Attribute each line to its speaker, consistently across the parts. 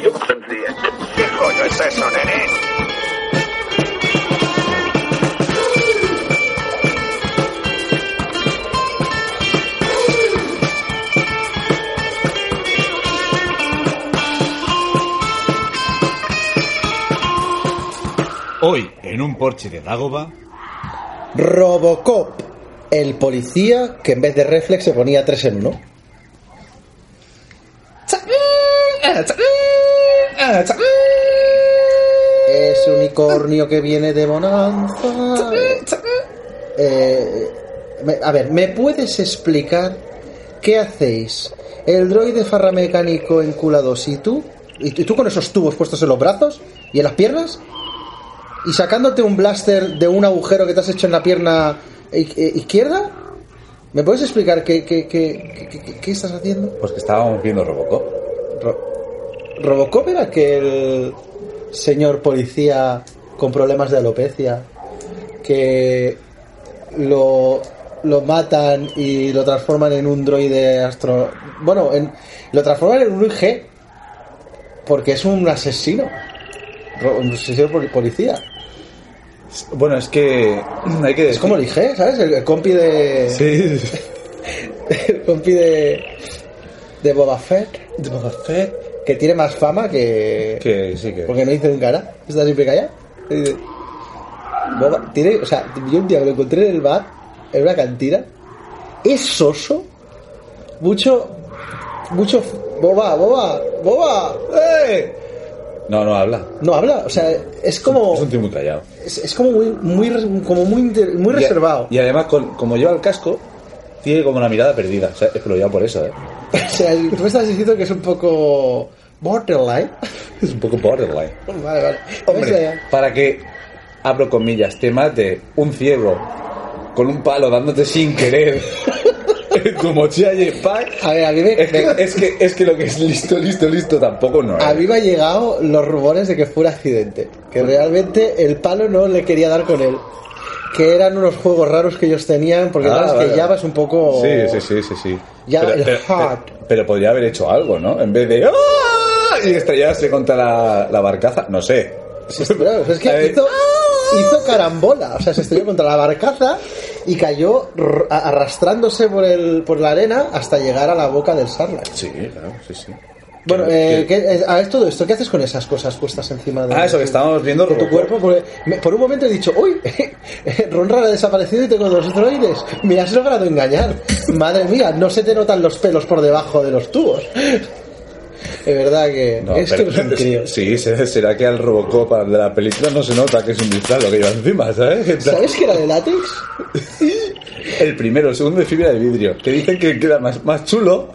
Speaker 1: ¿Qué coño es eso, nene?
Speaker 2: Hoy, en un porche de Dagoba,
Speaker 3: Robocop, el policía que en vez de reflex se ponía tres en uno. Es unicornio que viene de Bonanza. Eh, me- a ver, ¿me puedes explicar qué hacéis? El droide farramecánico enculados y tú, y tú y tú con esos tubos puestos en los brazos y en las piernas, y sacándote un blaster de un agujero que te has hecho en la pierna i- i- izquierda. ¿Me puedes explicar qué, qué, qué- qué- qué- qué estás haciendo?
Speaker 4: Pues que estábamos viendo Robocop.
Speaker 3: Ro- ¿Robocop era aquel señor policía con problemas de alopecia que lo, lo matan y lo transforman en un droide astro... Bueno, en- lo transforman en un IG porque es un asesino. Ro- Un asesino poli- policía.
Speaker 4: Bueno, es que hay que
Speaker 3: Es como el IG, ¿sabes? El, el compi de...
Speaker 4: Sí.
Speaker 3: El compi de... De Boba Fett. De Boba Fett. Que tiene más fama que...
Speaker 4: Que sí que.
Speaker 3: Porque no dice nunca nada. Está siempre callado. Y dice, "Boba", tiene, o sea, yo un día me lo encontré en el bar, en una cantina. Es soso. Mucho. Mucho. Boba, boba, boba. ¡Eh!
Speaker 4: No, no habla.
Speaker 3: No habla. O sea, es como.
Speaker 4: Es un tío muy callado.
Speaker 3: Es, es como muy, muy, res- como muy, inter- muy
Speaker 4: Y a-
Speaker 3: reservado.
Speaker 4: Y además, con- como lleva el casco, tiene como la mirada perdida. O sea, es que lo lleva por eso, ¿eh?
Speaker 3: O sea, tú me estás diciendo que es un poco. borderline.
Speaker 4: Es un poco borderline.
Speaker 3: vale, vale. O
Speaker 4: Hombre,
Speaker 3: sea,
Speaker 4: para que, abro comillas, te mate un ciego con un palo dándote sin querer en tu mochila y pack.
Speaker 3: A ver, a mí me-
Speaker 4: Es que,
Speaker 3: me-
Speaker 4: es, que, es que lo que es listo, listo, listo tampoco no es.
Speaker 3: A mí me han llegado los rumores de que fue un accidente. Que realmente el palo no le quería dar con él. Que eran unos juegos raros que ellos tenían, porque
Speaker 4: Ah,
Speaker 3: sabes que
Speaker 4: vale.
Speaker 3: Java es un poco.
Speaker 4: Sí, sí, sí, sí, sí.
Speaker 3: Oh. Ya, el
Speaker 4: pero,
Speaker 3: hard.
Speaker 4: pero podría haber hecho algo, ¿no? En vez de ¡Ah! y estrellarse contra la, la barcaza, no sé.
Speaker 3: Sí, claro, es
Speaker 4: A
Speaker 3: que
Speaker 4: ver.
Speaker 3: hizo, hizo carambola. O sea, se estrelló contra la barcaza y cayó r- a- arrastrándose por, el, por la arena hasta llegar a la boca del Sarlacc.
Speaker 4: Sí, claro, sí, sí.
Speaker 3: Bueno,
Speaker 4: Que-
Speaker 3: eh, ¿qué- eh, a ver, todo esto, ¿qué haces con esas cosas puestas encima de
Speaker 4: Ah, eso que estábamos viendo
Speaker 3: de tu cuerpo? Porque me- por un momento he dicho, uy, Ronra ha desaparecido y tengo dos droides. Me has logrado engañar. Madre mía, no se te notan los pelos por debajo de los tubos. Es verdad que
Speaker 4: No,
Speaker 3: es
Speaker 4: pero-
Speaker 3: que es un crío.
Speaker 4: Sí, se- será que al Robocop de la película no se nota que es un disfraz lo que lleva encima, ¿sabes? En plan,
Speaker 3: ¿Sabes que era de látex?
Speaker 4: El primero, el segundo de fibra de vidrio, que dicen que queda más, más chulo,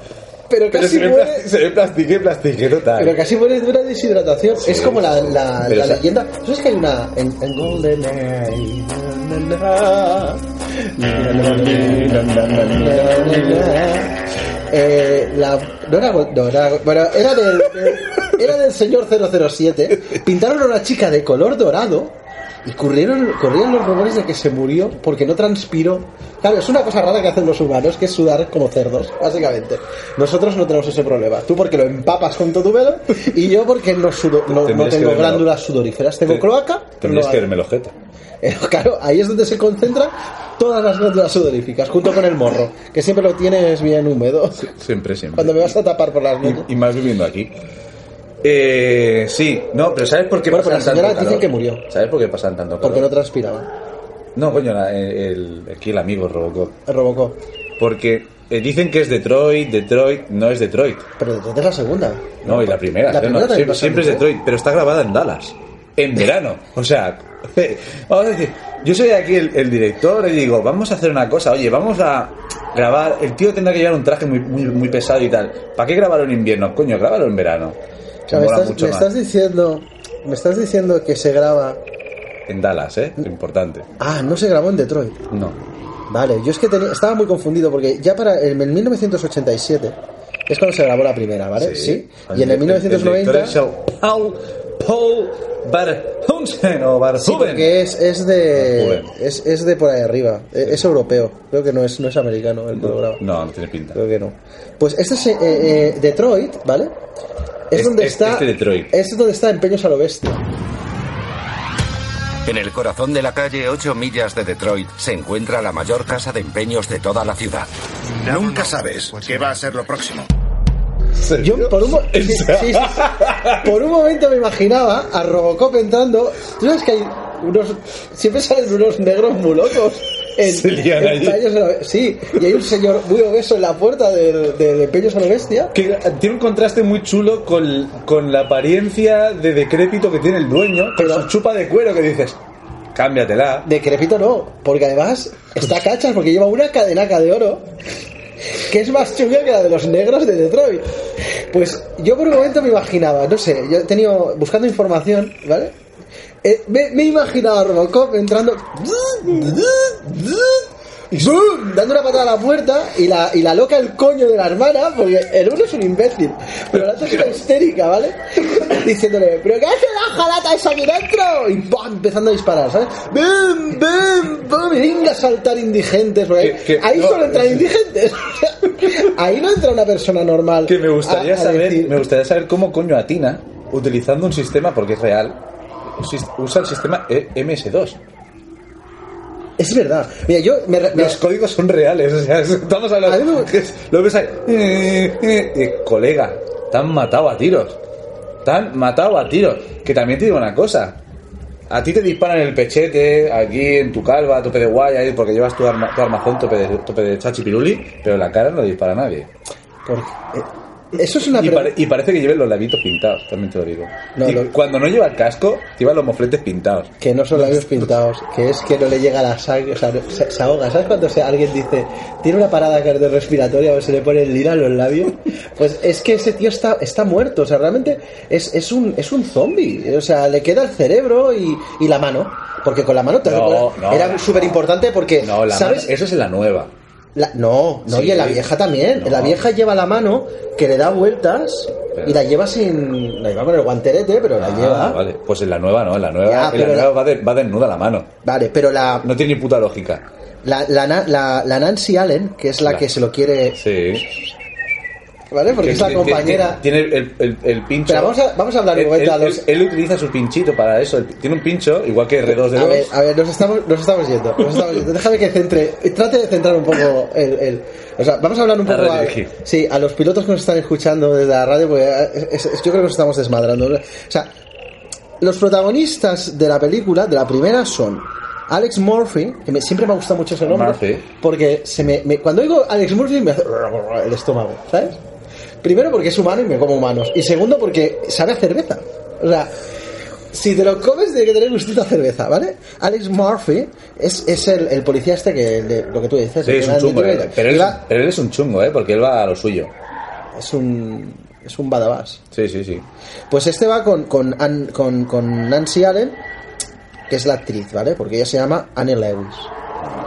Speaker 3: Pero
Speaker 4: pero
Speaker 3: casi
Speaker 4: se ve,
Speaker 3: muere.
Speaker 4: plas- se ve plastiqué, plastiqué total.
Speaker 3: Pero casi muere de una deshidratación. es como la, la-
Speaker 4: Pero
Speaker 3: la
Speaker 4: sa-
Speaker 3: leyenda. ¿Sabes Pues que hay una. En, en Golden Eye, na, na, na, na, na, na, na. Eh, la, no era, Gol- no era- bueno, era del, del- era del señor 007. Pintaron a una chica de color dorado y corrieron, corrieron los rumores de que se murió porque no transpiró. Claro, es una cosa rara que hacen los humanos, que es sudar como cerdos, básicamente. Nosotros no tenemos ese problema. Tú porque lo empapas con todo tu pelo y yo porque no, sudo- no- no
Speaker 4: Tendrías que
Speaker 3: tengo
Speaker 4: verme la-
Speaker 3: glándulas sudoríferas. Tengo
Speaker 4: Te-
Speaker 3: cloaca.
Speaker 4: Tendrías
Speaker 3: no
Speaker 4: que
Speaker 3: hay.
Speaker 4: verme el objeto.
Speaker 3: Eh, Claro, ahí es donde se concentran todas las glándulas sudoríficas, junto con el morro, que siempre lo tienes bien húmedo.
Speaker 4: Siempre, siempre.
Speaker 3: Cuando me vas a tapar por las noches.
Speaker 4: y, y más viviendo aquí. Eh, sí, no, pero ¿sabes por qué
Speaker 3: Bueno, pero
Speaker 4: pasan
Speaker 3: la señora
Speaker 4: tanto
Speaker 3: dicen
Speaker 4: calor?
Speaker 3: que murió.
Speaker 4: ¿Sabes por qué pasan tanto calor?
Speaker 3: Porque no transpiraba.
Speaker 4: No, coño, la- el, el- aquí el amigo Robocop.
Speaker 3: Robocop.
Speaker 4: Porque eh, dicen que es Detroit, Detroit, no es Detroit.
Speaker 3: Pero entonces la segunda.
Speaker 4: No, y la primera.
Speaker 3: La
Speaker 4: yo no,
Speaker 3: primera también
Speaker 4: siempre,
Speaker 3: pasa
Speaker 4: siempre es
Speaker 3: en
Speaker 4: Detroit, pero está grabada en Dallas. En verano. O sea, vamos a decir, yo soy aquí el, el director y digo, vamos a hacer una cosa, oye, vamos a... grabar, el tío tendrá que llevar un traje muy, muy, muy pesado y tal. ¿Para qué grabarlo en invierno? Coño, grábalo en verano.
Speaker 3: O
Speaker 4: Que
Speaker 3: sea, me
Speaker 4: mola
Speaker 3: estás,
Speaker 4: mucho
Speaker 3: me
Speaker 4: más.
Speaker 3: estás diciendo, me estás diciendo que se graba.
Speaker 4: En Dallas, ¿eh? Lo importante.
Speaker 3: Ah, no se grabó en Detroit.
Speaker 4: No.
Speaker 3: Vale, yo es que tenía- estaba muy confundido porque ya para el, el 1987 es cuando se grabó la primera,
Speaker 4: Eh,
Speaker 3: ¿vale? Sí. Y en el 1990
Speaker 4: director es Paul, Paul Verhoeven o
Speaker 3: Sí,
Speaker 4: Verhoeven.
Speaker 3: porque es, es de
Speaker 4: Ah, Joven.
Speaker 3: es, es de por ahí arriba. E- Es europeo. Creo que no es no es americano el programa.
Speaker 4: No, no tiene pinta.
Speaker 3: Creo que no. Pues este es eh, eh, Detroit, ¿vale? Es,
Speaker 4: Es-
Speaker 3: donde
Speaker 4: es-
Speaker 3: está
Speaker 4: este Detroit.
Speaker 3: Es donde está Empeños a lo bestia.
Speaker 5: En el corazón de la calle 8 millas de Detroit se encuentra la mayor casa de empeños de toda la ciudad.
Speaker 6: Nunca sabes qué va a ser lo próximo.
Speaker 3: Yo por un, mo- sí, sí, sí, sí. por un momento me imaginaba a Robocop entrando. ¿Tú sabes que hay unos siempre salen unos negros muy locos? En,
Speaker 4: Se lían
Speaker 3: en
Speaker 4: allí.
Speaker 3: Empeños a la- sí, y hay un señor muy obeso en la puerta del de, Empeños a lo bestia.
Speaker 4: Que tiene un contraste muy chulo con, con la apariencia de decrépito que tiene el dueño, con
Speaker 3: Pero-
Speaker 4: su chupa de cuero que dices, cámbiatela.
Speaker 3: Decrépito no, porque además está cachas porque lleva una cadenaca de oro que es más chunga que la de los negros de Detroit. Pues yo por un momento me imaginaba, no sé, yo he tenido, buscando información, ¿vale? Eh, me, me imaginaba a Robocop entrando y ¡zum! dando una patada a la puerta y la, y la loca el coño de la hermana, porque el uno es un imbécil, pero la otra es una histérica, ¿vale? Diciéndole, ¿pero qué hace la jalata esa aquí dentro? Y ¡pam! empezando a disparar, ¿sabes? ¡Bum! ¡Bum! ¡Bum! Y venga a saltar indigentes, porque
Speaker 4: Que- que-
Speaker 3: ahí
Speaker 4: no,
Speaker 3: solo entran
Speaker 4: sí.
Speaker 3: indigentes. O sea, ahí no entra una persona normal.
Speaker 4: Que me gustaría
Speaker 3: a- a
Speaker 4: saber,
Speaker 3: decir-
Speaker 4: me gustaría saber cómo coño atina utilizando un sistema porque es real. un sis- Usa el sistema E- MS2.
Speaker 3: Es verdad. Mira, yo me, me-
Speaker 4: Los códigos son reales, o sea, estamos
Speaker 3: A mí
Speaker 4: hablando.
Speaker 3: me-
Speaker 4: que es- Lo ves ahí. eh, eh, eh, colega, te han matado a tiros. Te han matado a tiros. Que también te digo una cosa. A ti te disparan en el pechete, aquí en tu calva, a tope de guay, ahí, porque llevas tu, arma, tu armazón tope de, tope de chachipiruli, pero en la cara no le dispara a nadie.
Speaker 3: porque- eh, eso es una
Speaker 4: Y,
Speaker 3: pre-
Speaker 4: pare- y parece que lleven los labitos pintados, también te lo digo.
Speaker 3: No,
Speaker 4: y
Speaker 3: lo-
Speaker 4: cuando no lleva el casco, lleva los mofletes pintados.
Speaker 3: Que no son labios pintados, que es que no le llega la sangre, o sea, no- se, se ahoga. ¿Sabes cuando se- alguien dice, tiene una parada cardiorrespiratoria o se le pone el lila en los labios? Pues es que ese tío está, está muerto, o sea, realmente es, es un, es un zombie, o sea, le queda el cerebro y, y la mano, porque con la mano te
Speaker 4: No,
Speaker 3: recuerda-
Speaker 4: no.
Speaker 3: era súper importante porque,
Speaker 4: No, la
Speaker 3: ¿sabes?
Speaker 4: mano- eso es en la nueva.
Speaker 3: La- no, no,
Speaker 4: Sí.
Speaker 3: y en la vieja también. En La
Speaker 4: No.
Speaker 3: vieja lleva la mano que le da vueltas
Speaker 4: Pero-
Speaker 3: y la lleva sin. La lleva con el guanterete, pero la lleva.
Speaker 4: Ah, vale. Pues en la nueva no, en la nueva,
Speaker 3: Ya,
Speaker 4: en la
Speaker 3: pero la-
Speaker 4: nueva va, de- va desnuda la mano.
Speaker 3: Vale, pero la,
Speaker 4: No tiene ni puta lógica.
Speaker 3: la, la, Na- la- la Nancy Allen, que es la,
Speaker 4: La-
Speaker 3: que se lo quiere.
Speaker 4: Sí.
Speaker 3: ¿Vale? Porque
Speaker 4: Que
Speaker 3: es la
Speaker 4: tiene-
Speaker 3: compañera.
Speaker 4: Tiene, tiene el, el- el pincho.
Speaker 3: Pero vamos a- vamos a hablar un
Speaker 4: Él-
Speaker 3: momento
Speaker 4: él,
Speaker 3: a los-
Speaker 4: él- él utiliza su pinchito para eso. Él Tiene un pincho, igual que R2 de
Speaker 3: A ver,
Speaker 4: 2.
Speaker 3: a ver, nos estamos, nos estamos yendo. Nos estamos yendo. Déjame que centre. Trate de centrar un poco el. el- o sea, vamos a hablar un
Speaker 4: A
Speaker 3: poco a,
Speaker 4: redirigir.
Speaker 3: sí, a los pilotos que nos están escuchando desde la radio, porque eh, es- es- yo creo que nos estamos desmadrando. O sea, los protagonistas de la película, de la primera, son Alex Murphy, que me- siempre me ha gustado mucho ese nombre,
Speaker 4: Murphy.
Speaker 3: porque se me, me- cuando digo Alex Murphy me hace el estómago, ¿sabes? Primero porque es humano y me como humanos, y segundo porque sabe a cerveza. O sea, si te lo comes tiene que tener gustito a cerveza, ¿vale? Alex Murphy es, es el, el policía este que de- lo que tú dices,
Speaker 4: Sí,
Speaker 3: el
Speaker 4: es
Speaker 3: que
Speaker 4: un
Speaker 3: era
Speaker 4: chungo,
Speaker 3: de-
Speaker 4: eh. pero, él,
Speaker 3: iba-
Speaker 4: pero él es un chungo, ¿eh? Porque él va a lo suyo.
Speaker 3: es un es un badabás.
Speaker 4: Sí, sí, sí.
Speaker 3: Pues este va con, con, Ann- con, con Nancy Allen, que es la actriz, ¿vale? Porque ella se llama Anne Lewis.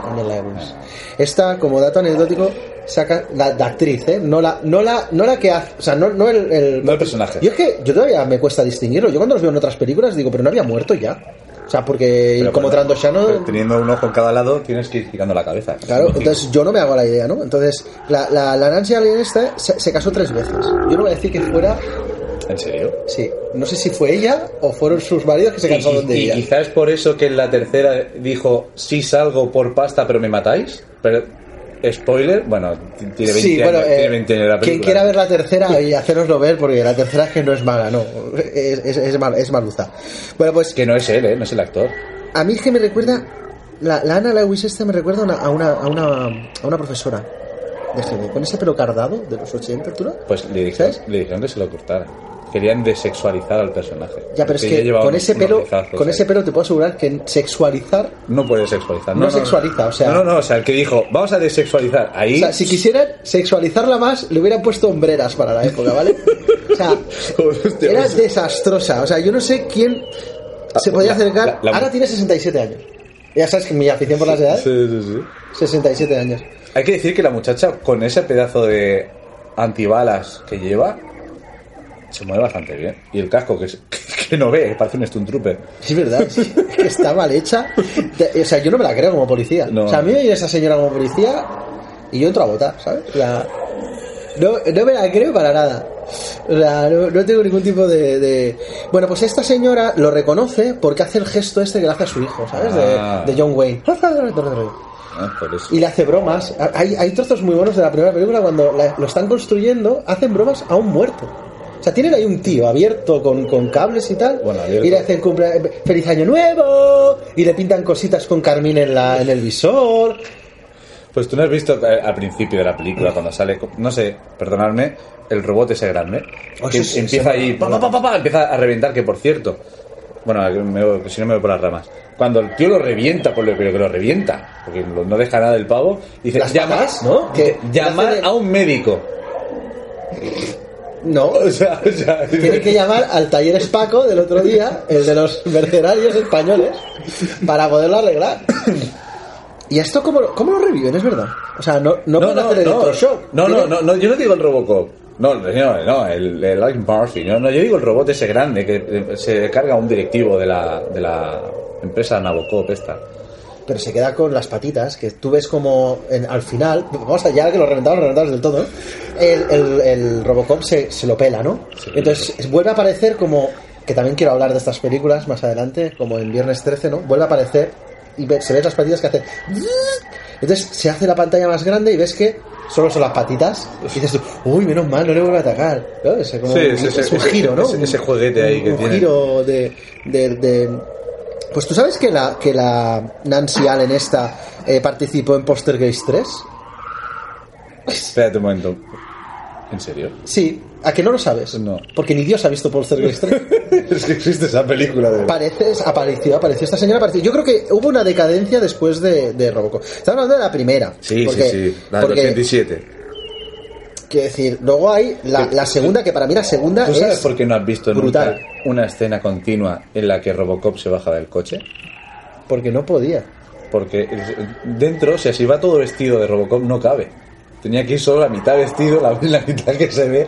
Speaker 3: Anne Lewis. Esta, como dato anecdótico, saca la, la actriz, ¿eh? No la, no la, no la que hace. O sea, no, no el, el-
Speaker 4: No el personaje.
Speaker 3: Yo es que yo todavía me cuesta distinguirlo. Yo cuando los veo en otras películas digo, pero no había muerto ya. O sea, porque
Speaker 4: Pero
Speaker 3: como
Speaker 4: cuando-
Speaker 3: Trandoshano.
Speaker 4: pero Teniendo un ojo en cada lado, tienes que ir girando la cabeza.
Speaker 3: Claro,
Speaker 4: Sí.
Speaker 3: entonces yo no me hago la idea, ¿no? Entonces, la, la, la Nancy Allen esta se, se casó tres veces. Yo no voy a decir que fuera
Speaker 4: ¿En serio?
Speaker 3: Sí, no sé si fue ella o fueron sus maridos que se cansaron de
Speaker 4: y
Speaker 3: ella.
Speaker 4: quizás por eso que en la tercera dijo, sí salgo por pasta, pero me matáis. Pero, spoiler, bueno, t- tiene 20
Speaker 3: Sí, bueno,
Speaker 4: años,
Speaker 3: eh,
Speaker 4: tiene 20 años la
Speaker 3: quien
Speaker 4: película.
Speaker 3: quiera ver la tercera y haceroslo ver, porque la tercera es que no es mala, no, es, es, es mal- es maluza. Bueno, pues
Speaker 4: Que no es él, ¿eh? no es el actor.
Speaker 3: a mí es que me recuerda, la, la Ana Lewis esta me recuerda a una, a una, a una, a una profesora de GB, con ese pelo cardado de los 80, ¿tú no?
Speaker 4: Pues le dijeron,
Speaker 3: ¿Sabes?
Speaker 4: le dijeron que se lo cortara. querían desexualizar al personaje.
Speaker 3: Ya, pero es
Speaker 4: ya
Speaker 3: que
Speaker 4: llevaba
Speaker 3: con ese
Speaker 4: unos ¿eh?
Speaker 3: pelo,
Speaker 4: rizazos
Speaker 3: con
Speaker 4: ahí.
Speaker 3: ese pelo te puedo asegurar que sexualizar
Speaker 4: No puede sexualizar.
Speaker 3: No sexualiza, o sea-
Speaker 4: No, no, no, o sea, el que dijo, vamos a desexualizar. Ahí.
Speaker 3: O sea, si quisieran sexualizarla más, le hubieran puesto hombreras para la época, ¿vale? O sea,
Speaker 4: Hostia,
Speaker 3: era
Speaker 4: pues- Ah,
Speaker 3: desastrosa. O sea, yo no sé quién se podía
Speaker 4: La-
Speaker 3: acercar.
Speaker 4: la- la-
Speaker 3: Ahora tiene 67 años. Ya sabes que mi afición por las edades,
Speaker 4: Sí, sí, sí.
Speaker 3: 67 años.
Speaker 4: Hay que decir que la muchacha, con ese pedazo de antibalas que lleva, se mueve bastante bien. Y el casco, que, es- que no ve, que parece un Stunt Trooper.
Speaker 3: Es verdad, es que está mal hecha. Te- O sea, yo no me la creo como policía.
Speaker 4: No.
Speaker 3: O sea, a mí me viene esa señora como policía y yo entro a votar, ¿sabes? O sea, no, no me la creo para nada. O sea, no, no tengo ningún tipo de, de- Bueno, pues esta señora lo reconoce porque hace el gesto este que le hace a su hijo, ¿sabes? De,
Speaker 4: Ah.
Speaker 3: de John Wayne.
Speaker 4: Ah, por eso.
Speaker 3: Y le hace bromas. Hay, hay trozos muy buenos de la primera película cuando la- lo están construyendo, hacen bromas a un muerto. O sea, tienen ahí un tío abierto con, con cables y tal.
Speaker 4: Bueno, abierto.
Speaker 3: Y le hacen cumple- feliz año nuevo. Y le pintan cositas con carmín en, la, en el visor.
Speaker 4: Pues tú no has visto eh, al principio de la película, cuando sale, co- no sé, perdonadme, el robot ese grande.
Speaker 3: Oh,
Speaker 4: que
Speaker 3: sí, sí,
Speaker 4: empieza
Speaker 3: sí.
Speaker 4: ahí, pa, pa, pa, pa, pa, empieza a reventar, que por cierto, bueno, eh, me voy- si no me voy por las ramas. Cuando el tío lo revienta, por lo pero que lo revienta, porque lo- no deja nada del pavo, dice,
Speaker 3: Las
Speaker 4: llamar,
Speaker 3: patas, ¿no?
Speaker 4: dice,
Speaker 3: Que-
Speaker 4: llamar
Speaker 3: que hace de-
Speaker 4: a un médico.
Speaker 3: No.
Speaker 4: O sea, o sea,
Speaker 3: Tienen que llamar al taller Espaco del otro día, el de los mercenarios españoles, para poderlo arreglar. ¿Y esto cómo, lo- cómo lo reviven? Es verdad. O sea, no, no, pueden hacer el electroshock.
Speaker 4: No, no,
Speaker 3: Tienen-
Speaker 4: no, no, yo no digo el Robocop. No, no, no, el, el Alex Murphy. No, no, yo digo el robot ese grande que eh, se carga a un directivo de la, de la empresa Nabocop esta.
Speaker 3: pero se queda con las patitas, que tú ves como en- al final, vamos allá que lo reventamos, lo reventamos del todo, ¿eh? el, el- el Robocop se, se lo pela, ¿no? Entonces es- vuelve a aparecer como, que también quiero hablar de estas películas más adelante, como en Viernes 13, ¿no? Vuelve a aparecer y ve- se ven las patitas que hace... Entonces se hace la pantalla más grande y ves que solo son las patitas y dices tú, uy, menos mal, no le vuelve a atacar. ¿no? Es como
Speaker 4: Sí,
Speaker 3: un-
Speaker 4: sí, sí,
Speaker 3: es un
Speaker 4: ese-
Speaker 3: giro, ¿no?
Speaker 4: ese- ese juguete ahí
Speaker 3: Un-
Speaker 4: que
Speaker 3: un
Speaker 4: tiene.
Speaker 3: giro o de, de- de- Pues tú sabes que la, que la Nancy Allen esta eh, participó en Poster Games 3?
Speaker 4: Espérate un momento. ¿En serio?
Speaker 3: Sí, ¿a que no lo sabes?
Speaker 4: No.
Speaker 3: Porque ni Dios ha visto Poster Games 3.
Speaker 4: es que existe esa película de.
Speaker 3: Parece, apareció, apareció esta señora. Apareció. Yo creo que hubo una decadencia después de, de Robocop. Estamos hablando de la primera.
Speaker 4: Sí,
Speaker 3: porque-
Speaker 4: sí, sí. La del
Speaker 3: porque,
Speaker 4: 87.
Speaker 3: Quiero decir, luego hay la, la segunda, que para mí la segunda
Speaker 4: ¿Tú sabes
Speaker 3: Ah, es.
Speaker 4: por qué no has visto
Speaker 3: brutal.
Speaker 4: nunca una escena continua en la que Robocop se baja del coche?
Speaker 3: Porque no podía.
Speaker 4: Porque dentro, o sea, si va todo vestido de Robocop, no cabe. Tenía que ir solo la mitad vestido, la, la mitad que se ve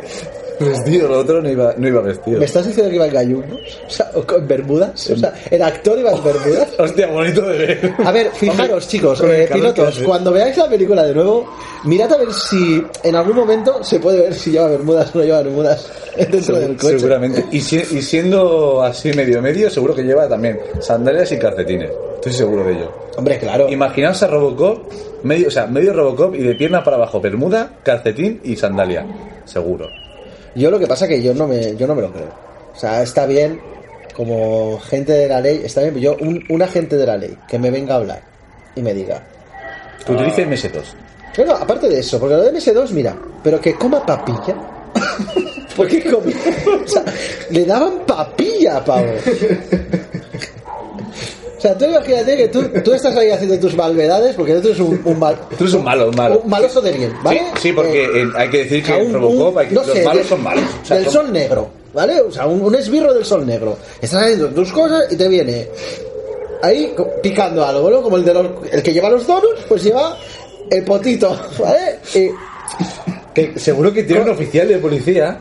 Speaker 4: vestido, lo otro no iba, no iba vestido.
Speaker 3: ¿Me estás diciendo que iba en gallumbos? O sea, o con bermudas. O sea, el actor iba
Speaker 4: Oh.
Speaker 3: en bermudas.
Speaker 4: Hostia, bonito de ver.
Speaker 3: A ver, fijaros, chicos,
Speaker 4: con el
Speaker 3: eh,
Speaker 4: calor que
Speaker 3: pilotos,
Speaker 4: hace.
Speaker 3: cuando veáis la película de nuevo, mirad a ver si en algún momento se puede ver si lleva bermudas o no lleva bermudas dentro del coche.
Speaker 4: Seguramente. Y, si- y siendo así medio medio, seguro que lleva también sandalias y calcetines. Estoy seguro de ello.
Speaker 3: Hombre, claro.
Speaker 4: Imaginaos a Robocop, medio, o sea, medio Robocop y de piernas para abajo, bermuda, calcetín y sandalia. Seguro.
Speaker 3: Yo lo que pasa que yo no me, yo no me lo creo. O sea, está bien como gente de la ley, está bien, pero yo un, un agente de la ley que me venga a hablar y me diga,
Speaker 4: Que
Speaker 3: Ah.
Speaker 4: utilice MS2.
Speaker 3: No, no, aparte de eso, porque lo de MS2, mira, pero que coma papilla. Porque comía. O sea, le daban papilla, pavo. O sea, tú imagínate que tú, tú estás ahí haciendo tus malvedades, porque tú eres un, un mal.
Speaker 4: Tú eres un malo, un malo.
Speaker 3: Un maloso de bien, ¿vale?
Speaker 4: Sí, sí, porque
Speaker 3: Eh,
Speaker 4: eh, hay que decir que
Speaker 3: a
Speaker 4: en
Speaker 3: un-
Speaker 4: Robocop
Speaker 3: un-
Speaker 4: hay que-
Speaker 3: no
Speaker 4: los
Speaker 3: sé,
Speaker 4: malos
Speaker 3: de-
Speaker 4: son malos. O sea,
Speaker 3: del
Speaker 4: son-
Speaker 3: sol negro, ¿vale? O sea, un, un esbirro del sol negro. Estás haciendo tus cosas y te viene ahí co- picando algo, ¿no? Como el, de los, el que lleva los donuts, pues lleva el potito, ¿vale? Y
Speaker 4: que seguro que tiene un oficial de policía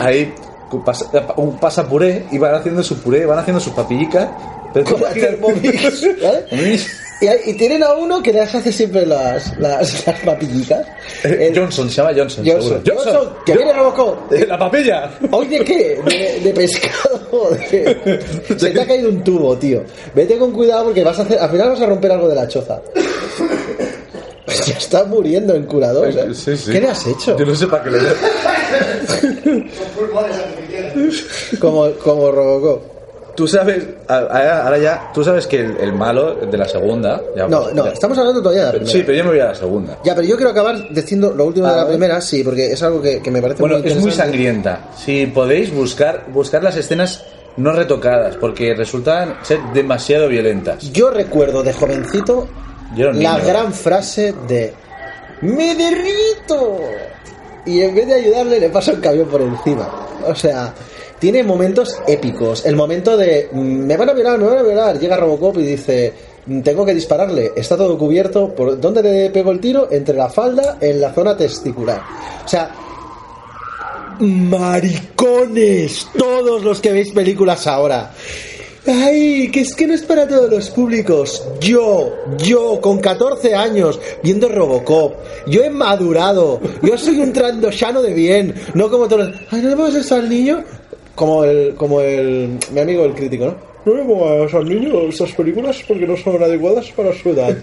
Speaker 4: ahí con pasa, un pasa puré y van haciendo su puré, van haciendo sus papillicas. Pero tú
Speaker 3: con la
Speaker 4: imaginas-
Speaker 3: Thermomix, ¿vale?
Speaker 4: eh,
Speaker 3: Y, hay- y tienen a uno que les hace siempre las, las, las papillitas.
Speaker 4: Eh,
Speaker 3: El-
Speaker 4: Johnson, se llama Johnson.
Speaker 3: Johnson,
Speaker 4: seguro.
Speaker 3: Johnson, que viene Robocop.
Speaker 4: Eh, La papilla.
Speaker 3: ¿Hoy de qué? De, de pescado. de- Se te ha caído un tubo, tío. Vete con cuidado porque vas a hacer, al final vas a romper algo de la choza. Pues ya estás muriendo en curador. ¿eh?
Speaker 4: Sí, sí.
Speaker 3: ¿Qué le has hecho?
Speaker 4: Yo no sé para qué le
Speaker 3: Como, como Robocop.
Speaker 4: Tú sabes, a- a- ahora ya, tú sabes que el, el malo de la segunda. ya-
Speaker 3: No, no,
Speaker 4: ya-
Speaker 3: estamos hablando todavía de la primera.
Speaker 4: Sí, pero yo me voy a la segunda.
Speaker 3: Ya, pero yo quiero acabar diciendo lo último
Speaker 4: A
Speaker 3: de la
Speaker 4: ver.
Speaker 3: primera, sí, porque es algo que, que me parece
Speaker 4: Bueno,
Speaker 3: muy
Speaker 4: es muy
Speaker 3: interesante.
Speaker 4: sangrienta. Si podéis buscar, buscar las escenas no retocadas, porque resultan ser demasiado violentas.
Speaker 3: Yo recuerdo de jovencito
Speaker 4: Yo era un
Speaker 3: la
Speaker 4: niño.
Speaker 3: gran frase de ¡Me derrito! Y en vez de ayudarle, le pasa el camión por encima. O sea, tiene momentos épicos. El momento de "Mm, me van a violar, me van a violar. Llega Robocop y dice "Mm, tengo que dispararle. Está todo cubierto. ¿Por dónde le pego el tiro? Entre la falda, en la zona testicular. O sea, maricones, todos los que veis películas ahora. Ay, que es que no es para todos los públicos. Yo, yo, con 14 años, viendo Robocop, yo he madurado, yo soy un trandoshano de bien, no como todos los... Ay, no le pongas eso al niño. Como el, como el, mi amigo el crítico, ¿no? No le pongas al niño esas películas porque no son adecuadas para su edad.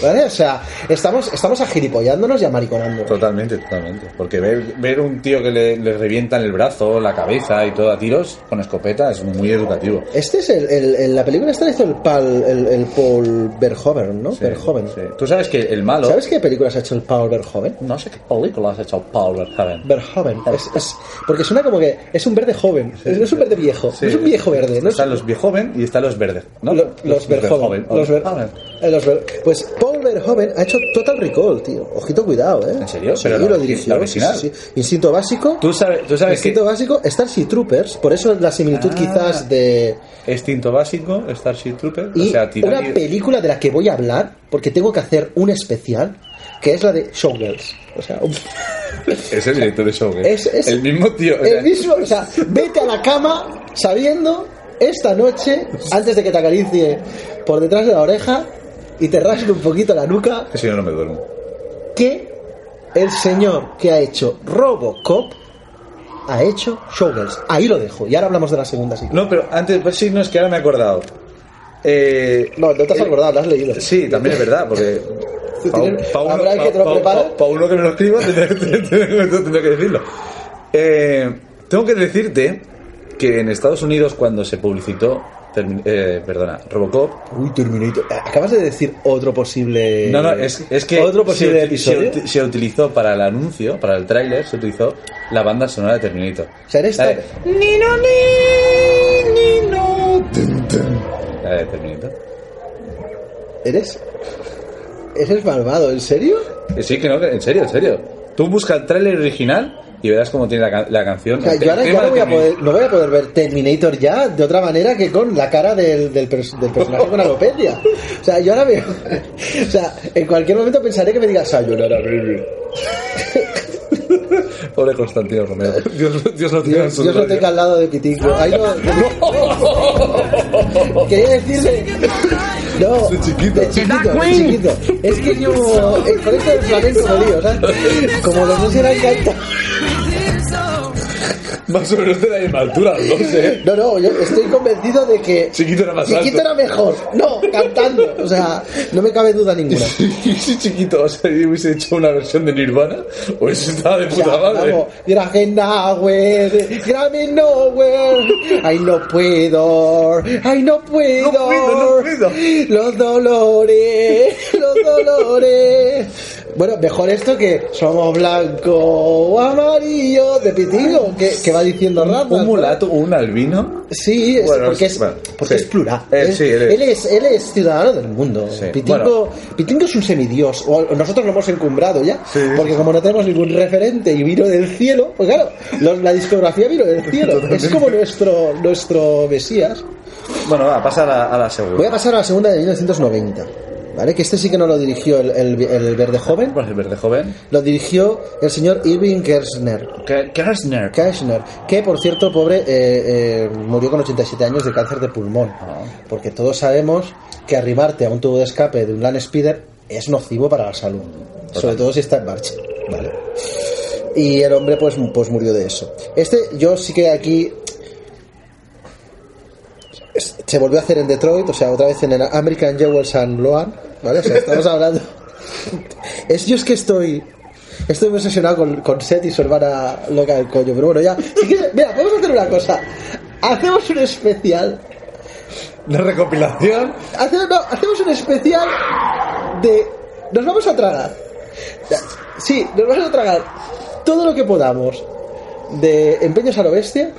Speaker 3: ¿Vale? O sea, estamos, estamos agilipollándonos y amariconando.
Speaker 4: Totalmente, totalmente. Porque ver, ver un tío que le, le revientan el brazo, la cabeza y todo a tiros con escopeta es muy educativo.
Speaker 3: Este es el, el- el- la película esta la hizo el, pal, el, el Paul Verhoeven, ¿no?
Speaker 4: Sí,
Speaker 3: Verhoeven.
Speaker 4: sí. Tú sabes que el malo.
Speaker 3: ¿Sabes qué películas ha hecho el Paul Verhoeven?
Speaker 4: No sé qué película has hecho Paul Verhoeven.
Speaker 3: Verhoeven. Es, es- porque suena como que es un verde joven, es- no es un verde viejo,
Speaker 4: Sí.
Speaker 3: no es un viejo verde. No es-
Speaker 4: están los viejoven y están los verdes. ¿no?
Speaker 3: lo- los Verhoeven. Los Ver-
Speaker 4: Verhoeven.
Speaker 3: eh, los Ver- pues Paul Verhoeven ha hecho Total Recall, tío. Ojito, cuidado, ¿eh?
Speaker 4: ¿En serio?
Speaker 3: Sí,
Speaker 4: Pero la-
Speaker 3: lo dirigió.
Speaker 4: la original.
Speaker 3: sí, sí. Instinto básico.
Speaker 4: Tú sabes, tú sabes que
Speaker 3: Instinto básico, Starship Troopers, por eso la similitud
Speaker 4: Ah.
Speaker 3: quizás de,
Speaker 4: Extinto Básico, Starship Trooper,
Speaker 3: Y
Speaker 4: o sea,
Speaker 3: una
Speaker 4: Titanic-
Speaker 3: película de la que voy a hablar, porque tengo que hacer un especial, que es la de Showgirls. O sea, un-
Speaker 4: Es el director de Showgirl.
Speaker 3: es, es-
Speaker 4: el mismo tío. o sea,
Speaker 3: El mismo, o sea, vete a la cama sabiendo esta noche, antes de que te acaricie por detrás de la oreja y te rasgue un poquito la nuca,
Speaker 4: Si no, no me duermo.
Speaker 3: que el señor que ha hecho Robocop ha hecho Showgirls. Ahí lo dejo. Y ahora hablamos de la segunda, sí.
Speaker 4: No, pero antes, pues sí, no, es que ahora me he acordado. Eh,
Speaker 3: No, no te has
Speaker 4: eh,
Speaker 3: acordado, lo has leído.
Speaker 4: Sí, también es verdad, porque.
Speaker 3: tienes- habrá que te lo prepare.
Speaker 4: Para uno que me lo escriba, tendré que- tendré que decirlo. Eh, tengo que decirte que en Estados Unidos, cuando se publicitó, termi- eh, perdona, Robocop.
Speaker 3: Uy, Terminator. Acabas de decir otro posible.
Speaker 4: No, no, es, es que.
Speaker 3: Eh, Otro posible
Speaker 4: se,
Speaker 3: episodio.
Speaker 4: Se, se utilizó para el anuncio, para el tráiler, se utilizó la banda sonora de Terminator.
Speaker 3: O sea, eres
Speaker 4: La de-
Speaker 3: tan-
Speaker 4: Nino, ni, nino, tun, tun. La de Terminator.
Speaker 3: ¿Eres? ¿Eres malvado? ¿En serio?
Speaker 4: Eh, Sí, que no, que- en serio, en serio. Tú busca el tráiler original y verás cómo tiene la, ca- la canción.
Speaker 3: O sea,
Speaker 4: el te-
Speaker 3: yo ahora
Speaker 4: el
Speaker 3: ya
Speaker 4: tema
Speaker 3: no voy, a
Speaker 4: de Terminator.
Speaker 3: poder, no voy a poder ver Terminator ya de otra manera que con la cara del, del, pers- del personaje con alopecia. O sea, yo ahora veo... O sea, en cualquier momento pensaré que me digas Sayonara, baby.
Speaker 4: Pobre Constantino Romero. Dios, Dios lo tenga en
Speaker 3: Eh, Dios,
Speaker 4: su
Speaker 3: Dios lo
Speaker 4: gloria.
Speaker 3: tenga al lado de Pitingo. Ahí no... Quería decirle... No, de chiquito, de chiquito, de chiquito. Es que yo eh, con esto del flamenco me lío, ¿sabes? Como los dos eran cantantes...
Speaker 4: Más o menos de la misma altura, no sé.
Speaker 3: No, no, yo estoy convencido de que.
Speaker 4: Chiquito era más
Speaker 3: Chiquito
Speaker 4: alto.
Speaker 3: era mejor. No, cantando. O sea, no me cabe duda ninguna.
Speaker 4: Y si chiquito, o sea, y hubiese hecho una versión de Nirvana, pues estaba de
Speaker 3: O sea,
Speaker 4: puta madre.
Speaker 3: vamos, Grammy Nowhere, Grammy Nowhere, ay no puedo, ay no puedo,
Speaker 4: No puedo, no puedo.
Speaker 3: los dolores, los dolores. Bueno, mejor esto que somos blanco o amarillo de Pitingo, que, que va diciendo Rafa.
Speaker 4: Un mulato o un albino.
Speaker 3: Sí, es-
Speaker 4: Bueno,
Speaker 3: porque,
Speaker 4: es-
Speaker 3: es,
Speaker 4: bueno,
Speaker 3: porque
Speaker 4: sí.
Speaker 3: es plural.
Speaker 4: Eh,
Speaker 3: Él-
Speaker 4: sí,
Speaker 3: él,
Speaker 4: él
Speaker 3: es.
Speaker 4: es.
Speaker 3: Él, es, ciudadano del mundo.
Speaker 4: Sí,
Speaker 3: Pitingo, Pitingo es un semidios. O al- nosotros lo hemos encumbrado ya. Porque como no tenemos ningún referente y vino del cielo, pues claro, lo- la discografía vino del cielo. es como nuestro, nuestro Mesías.
Speaker 4: Bueno, va, pasa a la, a la segunda.
Speaker 3: Voy a pasar a la segunda de 1990. ¿Vale? Que este sí que no lo dirigió el, el- el verde joven.
Speaker 4: Por el verde joven.
Speaker 3: Lo dirigió el señor Irving Kershner.
Speaker 4: Ke- Kersner.
Speaker 3: Kirchner, que por cierto, pobre, eh, eh, murió con 87 años de cáncer de pulmón.
Speaker 4: Ah.
Speaker 3: Porque todos sabemos que arrimarte a un tubo de escape de un Land Speeder es nocivo para la salud. Sobre todo si está en marcha. ¿vale? Y el hombre, pues, pues murió de eso. Este, yo sí que aquí. es- Se volvió a hacer en Detroit, o sea, otra vez en el American Jewels and Loan, ¿vale? O sea, estamos hablando. Es yo es que estoy. Estoy muy obsesionado con, con Seth y su hermana loca del coño. Pero bueno, ya. si quieres- mira, vamos a hacer una cosa. Hacemos un especial
Speaker 4: La recopilación.
Speaker 3: Hace- no, hacemos un especial de. Nos vamos a tragar. Sí, nos vamos a tragar todo lo que podamos de empeños a lo bestia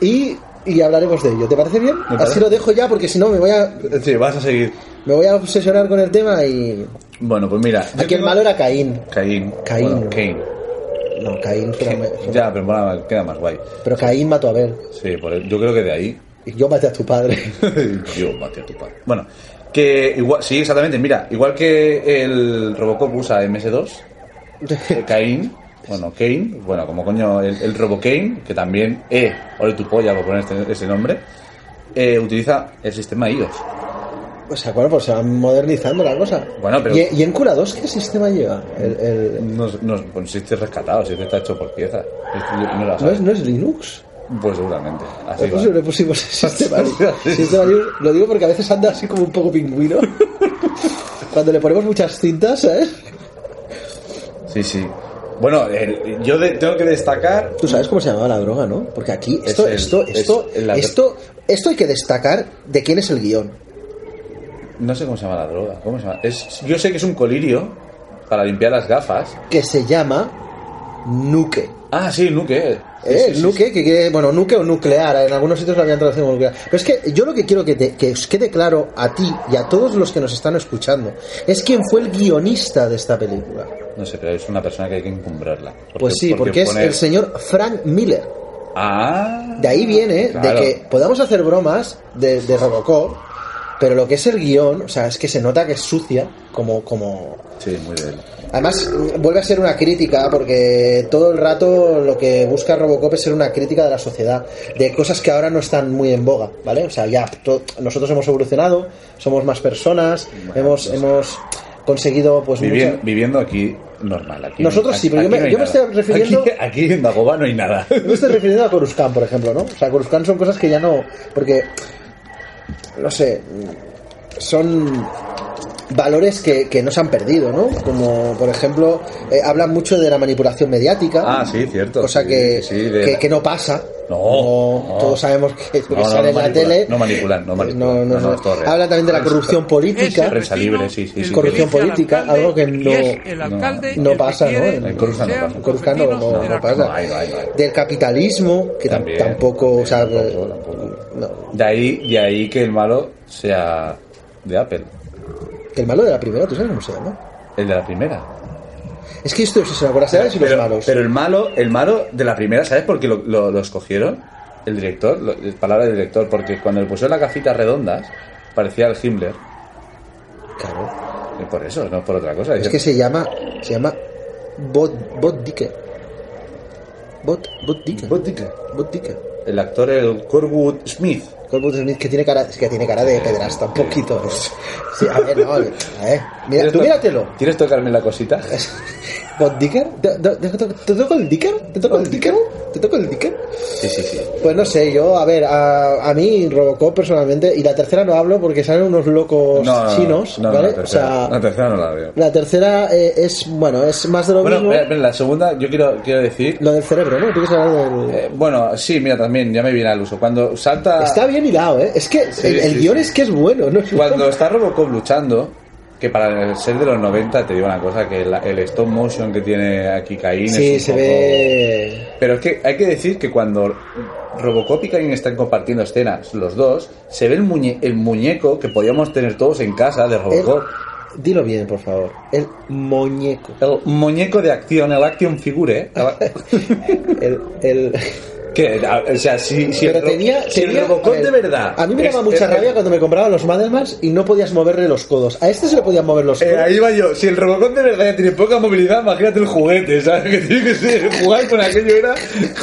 Speaker 3: y, y hablaremos de ello. ¿Te parece bien?
Speaker 4: Me parece.
Speaker 3: Así lo dejo ya porque si no me voy a
Speaker 4: Sí, vas a seguir.
Speaker 3: me voy a obsesionar con el tema y
Speaker 4: Bueno, pues mira. yo
Speaker 3: aquí el
Speaker 4: tengo-
Speaker 3: malo era Caín.
Speaker 4: Caín.
Speaker 3: Caín,
Speaker 4: Bueno,
Speaker 3: ¿no?
Speaker 4: Cain.
Speaker 3: No, Caín suena me- suena-
Speaker 4: Ya, pero mola- queda más guay.
Speaker 3: pero Caín mató a Abel.
Speaker 4: Sí, por el- yo creo que de ahí.
Speaker 3: Y yo maté a tu padre.
Speaker 4: yo maté a tu padre. Bueno, que igual. Sí, exactamente. Mira, igual que el Robocop usa MS2, el Cain. Bueno, Kane, bueno, como coño, el, el Robocane, que también, eh, ole tu polla por poner este- ese nombre, eh, utiliza el sistema iOS.
Speaker 3: o sea, bueno, pues se va modernizando la cosa.
Speaker 4: Bueno, pero-
Speaker 3: ¿Y, y en Cura 2 qué sistema lleva? El, el-
Speaker 4: Nos, nos, pues si este es rescatado, si este está hecho por piezas. Este yo- no lo
Speaker 3: ¿no,
Speaker 4: sabes.
Speaker 3: es, ¿No es Linux?
Speaker 4: Pues seguramente. Así
Speaker 3: Le
Speaker 4: va.
Speaker 3: pusimos, le pusimos sistema,
Speaker 4: Sí.
Speaker 3: sistema Linux. Lo digo porque a veces anda así como un poco pingüino. Cuando le ponemos muchas cintas, ¿sabes?
Speaker 4: Sí, sí. Bueno, el- yo de- tengo que destacar.
Speaker 3: Tú sabes cómo se llamaba la droga, ¿no? Porque aquí esto,
Speaker 4: Es el-
Speaker 3: esto,
Speaker 4: es
Speaker 3: esto,
Speaker 4: la-
Speaker 3: esto, esto hay que destacar de quién es el guión.
Speaker 4: No sé cómo se llama la droga. ¿Cómo se llama? Es, yo sé que es un colirio para limpiar las gafas.
Speaker 3: Que se llama Nuke.
Speaker 4: Ah, sí, Nuke. Sí,
Speaker 3: ¿Eh?
Speaker 4: sí, sí,
Speaker 3: nuke, que quiere- bueno, nuke o nuclear, en algunos sitios lo habían traducido como nuclear. Pero es que yo lo que quiero que, te- que os quede claro a ti y a todos los que nos están escuchando es quién fue el guionista de esta película.
Speaker 4: sí. No sé, pero es una persona que hay que encumbrarla. Porque-
Speaker 3: Pues sí, porque, es
Speaker 4: poner-
Speaker 3: el señor Frank Miller.
Speaker 4: Ah.
Speaker 3: De ahí viene ¿eh?
Speaker 4: claro.
Speaker 3: de que podamos hacer bromas de, de Robocop, pero lo que es el guión, o sea, es que se nota que es sucia, como, como,
Speaker 4: Sí, muy bien.
Speaker 3: Además, mm, vuelve a ser una crítica, porque todo el rato lo que busca Robocop es ser una crítica de la sociedad, de cosas que ahora no están muy en boga, ¿vale? O sea, ya to- nosotros hemos evolucionado, somos más personas, hemos, hemos conseguido, pues,
Speaker 4: Vivien-
Speaker 3: mucha-
Speaker 4: Viviendo aquí normal. Aquí
Speaker 3: Nosotros
Speaker 4: aquí-
Speaker 3: sí, pero yo
Speaker 4: aquí
Speaker 3: me-
Speaker 4: no hay
Speaker 3: yo me
Speaker 4: nada.
Speaker 3: estoy refiriendo-
Speaker 4: Aquí, aquí en Dagoba no hay nada.
Speaker 3: Me estoy refiriendo a Coruscant, por ejemplo, ¿no? O sea, Coruscant son cosas que ya no. Porque. No sé. Son valores que, que no se han perdido, ¿no? Como, por ejemplo, eh, hablan mucho de la manipulación mediática.
Speaker 4: Ah, sí, cierto,
Speaker 3: Cosa
Speaker 4: sí,
Speaker 3: que,
Speaker 4: sí, de
Speaker 3: que,
Speaker 4: la-
Speaker 3: que no pasa.
Speaker 4: No,
Speaker 3: Como
Speaker 4: no.
Speaker 3: Todos sabemos que, que
Speaker 4: No, no,
Speaker 3: sale
Speaker 4: no
Speaker 3: en la
Speaker 4: manipulan,
Speaker 3: tele.
Speaker 4: no manipulan, no manipulan.
Speaker 3: No, no,
Speaker 4: No, no,
Speaker 3: no.
Speaker 4: es todo real.
Speaker 3: Habla también de la
Speaker 4: Es-
Speaker 3: corrupción política.
Speaker 4: Prensa libre, sí, sí, sí.
Speaker 3: Corrupción
Speaker 4: Dice
Speaker 3: política, algo que no, no pasa, ¿no?
Speaker 4: En Coruscant no pasa.
Speaker 3: En Coruscant no, no- no pasa.
Speaker 4: No, ahí va, ahí va.
Speaker 3: Del capitalismo, que tam-
Speaker 4: También,
Speaker 3: tampoco, o sea,
Speaker 4: tampoco,
Speaker 3: eh,
Speaker 4: tampoco.
Speaker 3: no.
Speaker 4: De ahí, de ahí que el malo sea de Apple.
Speaker 3: Que el malo de la primera, ¿tú sabes cómo se llama?
Speaker 4: El de la primera.
Speaker 3: Es que esto es una con las edades y los
Speaker 4: Pero,
Speaker 3: malos.
Speaker 4: pero el malo, el malo de la primera, ¿sabes por qué lo, lo- lo escogieron? El director, lo- el- palabra del director, porque cuando le pusieron las gafitas redondas, parecía el Himmler.
Speaker 3: Claro.
Speaker 4: Y por eso, no por otra cosa.
Speaker 3: Es que se llama, se llama Bot, Bot Dicker. Bot, Bot Dicker.
Speaker 4: Bot Dicker.
Speaker 3: Bot Dicker.
Speaker 4: El actor, el Corwood Smith.
Speaker 3: Colwood Smith, que tiene cara, es que tiene cara de pedrasta, un poquito. ¿eh? Sí, a ver, no, a ver. Mira,
Speaker 4: ¿Quieres
Speaker 3: tú
Speaker 4: to-
Speaker 3: míratelo.
Speaker 4: ¿Quieres tocarme la cosita?
Speaker 3: ¿Bot Dicker? ¿Te, te- te- te toco el Dicker? ¿Te toco el Dicker? ¿Te toco el Dicker?
Speaker 4: Sí, sí, sí.
Speaker 3: Pues no sé, yo, a ver, a, a mí Robocop personalmente, y la tercera no hablo porque salen unos locos chinos,
Speaker 4: no, no,
Speaker 3: ¿vale?
Speaker 4: la tercera,
Speaker 3: o sea,
Speaker 4: la tercera no la veo.
Speaker 3: la tercera eh, es, bueno, es más de lo
Speaker 4: Bueno, eh,
Speaker 3: mismo.
Speaker 4: espera, espera, la segunda, yo quiero, quiero decir.
Speaker 3: Lo del cerebro, ¿no? Tú quieres hablar del...
Speaker 4: eh, bueno, sí, mira, también, ya me viene al uso. Cuando salta.
Speaker 3: Está bien hilado, ¿eh? Es que el, el
Speaker 4: sí,
Speaker 3: guión
Speaker 4: sí.
Speaker 3: es que es bueno, ¿no?
Speaker 4: Cuando está Robocop luchando, que para ser de los 90, te digo una cosa, que la- el stop motion que tiene aquí Caín es
Speaker 3: Sí,
Speaker 4: un
Speaker 3: se
Speaker 4: poco-
Speaker 3: ve...
Speaker 4: Pero es que hay que decir que cuando Robocop y Caín están compartiendo escenas, los dos, se ve el, muñe- el muñeco que podíamos tener todos en casa de
Speaker 3: El-
Speaker 4: Robocop.
Speaker 3: Dilo bien, por favor. El muñeco.
Speaker 4: El muñeco de acción, el action figure. ¿eh?
Speaker 3: El... el...
Speaker 4: que, a- o sea, si, si el
Speaker 3: Pero
Speaker 4: ro-
Speaker 3: tenía,
Speaker 4: si el
Speaker 3: tenía-
Speaker 4: Robocop
Speaker 3: a ver,
Speaker 4: de verdad.
Speaker 3: A mí me
Speaker 4: es-
Speaker 3: daba mucha
Speaker 4: es-
Speaker 3: rabia cuando me compraba los Madelmas y no podías moverle los codos. A este se le podían mover los codos.
Speaker 4: Eh, ahí va yo. Si el Robocop de verdad ya tiene poca movilidad, imagínate el juguete, ¿sabes? Que tiene que ser, jugar con aquello era.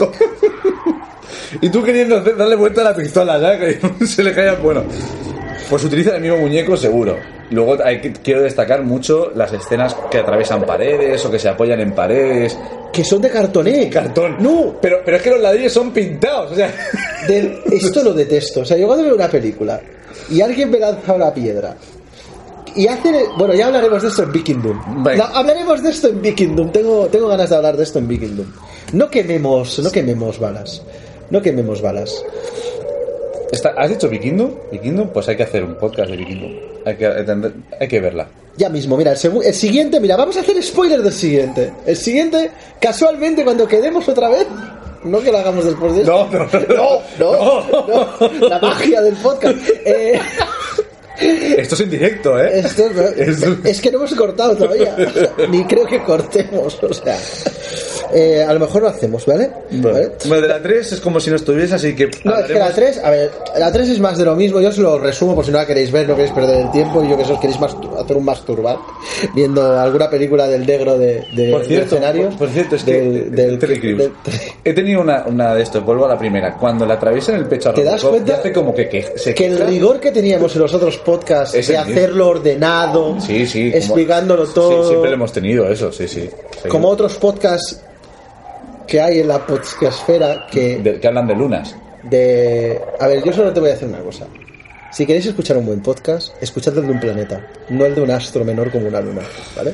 Speaker 4: y tú queriendo hacer- darle vuelta a la pistola, ¿sabes? Que se le cae al- Bueno, pues utiliza el mismo muñeco seguro. Luego hay que- quiero destacar mucho las escenas que atraviesan paredes o que se apoyan en paredes.
Speaker 3: Que son de cartoné.
Speaker 4: Cartón.
Speaker 3: No,
Speaker 4: Pero, pero es que los ladrillos son pintados, o sea.
Speaker 3: del- esto lo detesto. O sea, yo cuando veo una película y alguien me lanza una piedra y hace. Bueno, ya hablaremos de esto en Vikingdom.
Speaker 4: Venga.
Speaker 3: hablaremos de esto en Vikingdom. Tengo, tengo ganas de hablar de esto en Vikingdom. No quememos, no quememos balas. No quememos balas.
Speaker 4: Está- ¿Has dicho Vikingdom? ¿Vikingdom? Pues hay que hacer un podcast de Vikingdom. Hay que, hay que verla.
Speaker 3: Ya mismo, mira, el, segu- el siguiente, mira, vamos a hacer spoiler del siguiente. El siguiente, casualmente, cuando quedemos otra vez, no que lo hagamos después de esto.
Speaker 4: No, no,
Speaker 3: no, no, no. la magia del podcast. Eh,
Speaker 4: Esto es en directo, ¿eh?
Speaker 3: esto,
Speaker 4: Esto-
Speaker 3: es que no hemos cortado todavía, ni creo que cortemos, o sea, eh, a lo mejor lo hacemos, ¿vale? ¿Vale?
Speaker 4: Bueno, de la 3 es como si no estuviese, así que.
Speaker 3: No, es que la
Speaker 4: hablaremos-
Speaker 3: 3, a ver, la 3 es más de lo mismo, yo os lo resumo por si no la queréis ver, no queréis perder el tiempo y yo que sé, os queréis mastur- hacer un masturbar viendo alguna película del negro de, de
Speaker 4: Por cierto,
Speaker 3: mercenarios,
Speaker 4: por, por cierto, es
Speaker 3: del-
Speaker 4: que
Speaker 3: del-
Speaker 4: Terry Crews.
Speaker 3: del-
Speaker 4: he tenido una, una de estos, vuelvo a la primera. Cuando la atraviesan el pecho a
Speaker 3: ¿Te das
Speaker 4: Robocop,
Speaker 3: cuenta
Speaker 4: ya hace como que, que se
Speaker 3: que el
Speaker 4: queja.
Speaker 3: rigor que teníamos en los otros podcasts
Speaker 4: Es
Speaker 3: de
Speaker 4: el mismo.
Speaker 3: hacerlo ordenado,
Speaker 4: Sí, sí. como-
Speaker 3: explicándolo todo,
Speaker 4: Sí, siempre lo hemos tenido, eso, sí, sí. Sí.
Speaker 3: como otros podcasts que hay en la podcastfera que
Speaker 4: De- que hablan de lunas.
Speaker 3: de... A ver, yo solo te voy a decir una cosa. Si queréis escuchar un buen podcast, escuchad el de un planeta, no el de un astro menor como una luna, ¿vale?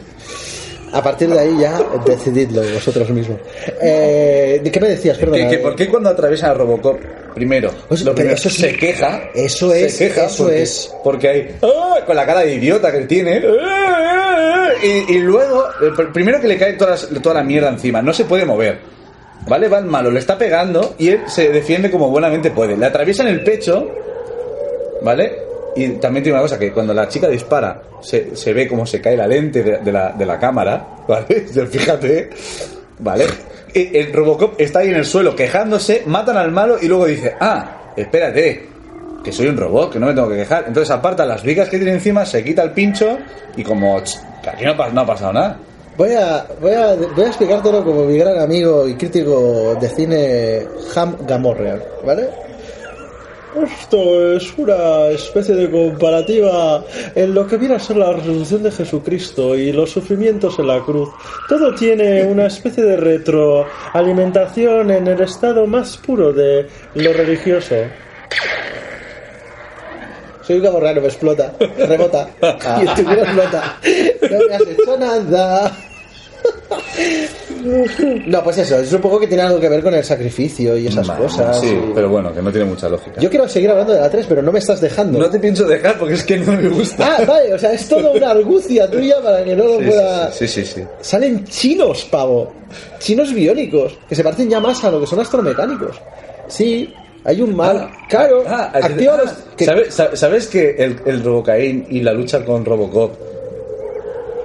Speaker 3: A partir de ahí ya decididlo vosotros mismos. Eh, ¿de ¿Qué me decías? Perdona. eh,
Speaker 4: Que, que ¿Por qué cuando atraviesan a Robocop primero?
Speaker 3: Pues,
Speaker 4: lo
Speaker 3: pero
Speaker 4: primero
Speaker 3: eso sí.
Speaker 4: se queja.
Speaker 3: Eso
Speaker 4: se
Speaker 3: es,
Speaker 4: queja
Speaker 3: eso
Speaker 4: porque,
Speaker 3: es.
Speaker 4: Porque hay. ¡ah! Con la cara de idiota que tiene. ¡ah! Y, y luego, eh, pr- primero que le cae toda la, toda la mierda encima. No se puede mover. ¿Vale? Va el malo, le está pegando y él se defiende como buenamente puede. Le atraviesan el pecho. ¿Vale? Y también tiene una cosa, que cuando la chica dispara, se, se ve como se cae la lente de, de la, de la cámara, ¿vale? Fíjate, ¿vale? Y el Robocop está ahí en el suelo quejándose, matan al malo y luego dice, ah, espérate, que soy un robot, que no me tengo que quejar. Entonces aparta las vigas que tiene encima, se quita el pincho y como, "Ch, que aquí no, ha pas- no ha pasado nada.
Speaker 3: Voy a, voy, a, voy a explicártelo como mi gran amigo y crítico de cine Ham Gamorrean, ¿vale? Esto es una especie de comparativa en lo que viene a ser la resurrección de Jesucristo y los sufrimientos en la cruz. Todo tiene una especie de retroalimentación en el estado más puro de lo religioso. Soy un gamorreano, me explota, rebota, y estuviera explota. No me has hecho nada. No, pues eso, es un poco que tiene algo que ver con el sacrificio y esas
Speaker 4: Vale,
Speaker 3: cosas.
Speaker 4: Sí,
Speaker 3: y-
Speaker 4: pero bueno, que no tiene mucha lógica.
Speaker 3: yo quiero seguir hablando de la 3, pero no me estás dejando.
Speaker 4: No te pienso dejar porque es que no me gusta.
Speaker 3: Ah, vale, o sea, es toda una argucia tuya para que no lo
Speaker 4: Sí,
Speaker 3: pueda.
Speaker 4: sí, sí, sí. sí.
Speaker 3: Salen chinos, pavo. Chinos biónicos, que se parecen ya más a lo que son astromecánicos. Sí, hay un mal. claro,
Speaker 4: Ah, ah,
Speaker 3: activa
Speaker 4: ah,
Speaker 3: los. que-
Speaker 4: ¿sabe- sa- ¿sabes, que el, el Robocaín y la lucha con Robocop?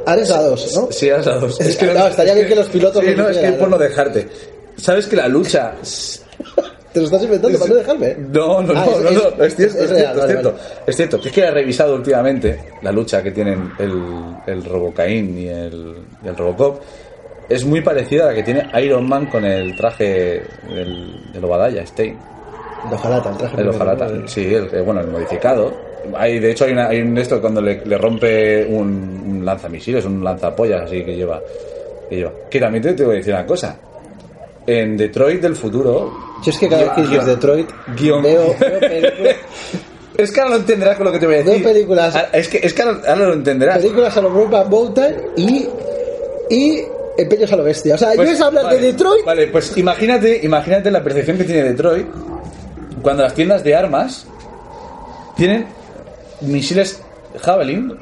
Speaker 3: Ares la 2, ¿no?
Speaker 4: Sí, has dado- es que
Speaker 3: No, estaría bien que los pilotos
Speaker 4: Sí,
Speaker 3: no
Speaker 4: no, es que
Speaker 3: supieran.
Speaker 4: por no dejarte. ¿Sabes que la lucha.
Speaker 3: Te lo estás inventando para no dejarme.
Speaker 4: No, no,
Speaker 3: Ah,
Speaker 4: no, no,
Speaker 3: es-
Speaker 4: no, es cierto,
Speaker 3: es-
Speaker 4: es
Speaker 3: es real,
Speaker 4: cierto, es
Speaker 3: vale,
Speaker 4: cierto.
Speaker 3: vale.
Speaker 4: Es cierto, que es que he revisado últimamente la lucha que tienen el, el Robocaín y el, y el Robocop. Es muy parecida a la que tiene Iron Man con el traje del, del Obadiah Stein.
Speaker 3: El ojalata, el traje.
Speaker 4: El
Speaker 3: primero,
Speaker 4: ojalata,
Speaker 3: ¿no?
Speaker 4: sí, el, eh, bueno, el modificado. Hay, de hecho, hay, una- hay un de estos cuando le, le rompe un, un lanzamisiles, un lanzapollas, así que lleva, que lleva. Que también te, te voy a decir una cosa. En Detroit del futuro...
Speaker 3: Yo es que cada vez que
Speaker 4: Guión.
Speaker 3: dices Detroit,
Speaker 4: Guión.
Speaker 3: veo, veo películas,
Speaker 4: Es que ahora lo entenderás con lo que te voy a
Speaker 3: Veo
Speaker 4: decir.
Speaker 3: películas.
Speaker 4: Ah, Es que, es que ahora, ahora lo entenderás.
Speaker 3: películas a lo Brokeback Mountain y. y. Empeños a lo bestia. O sea, yo
Speaker 4: Pues,
Speaker 3: es hablar
Speaker 4: vale,
Speaker 3: de Detroit
Speaker 4: Vale, pues imagínate, imagínate la percepción que tiene Detroit cuando las tiendas de armas tienen misiles Javelin,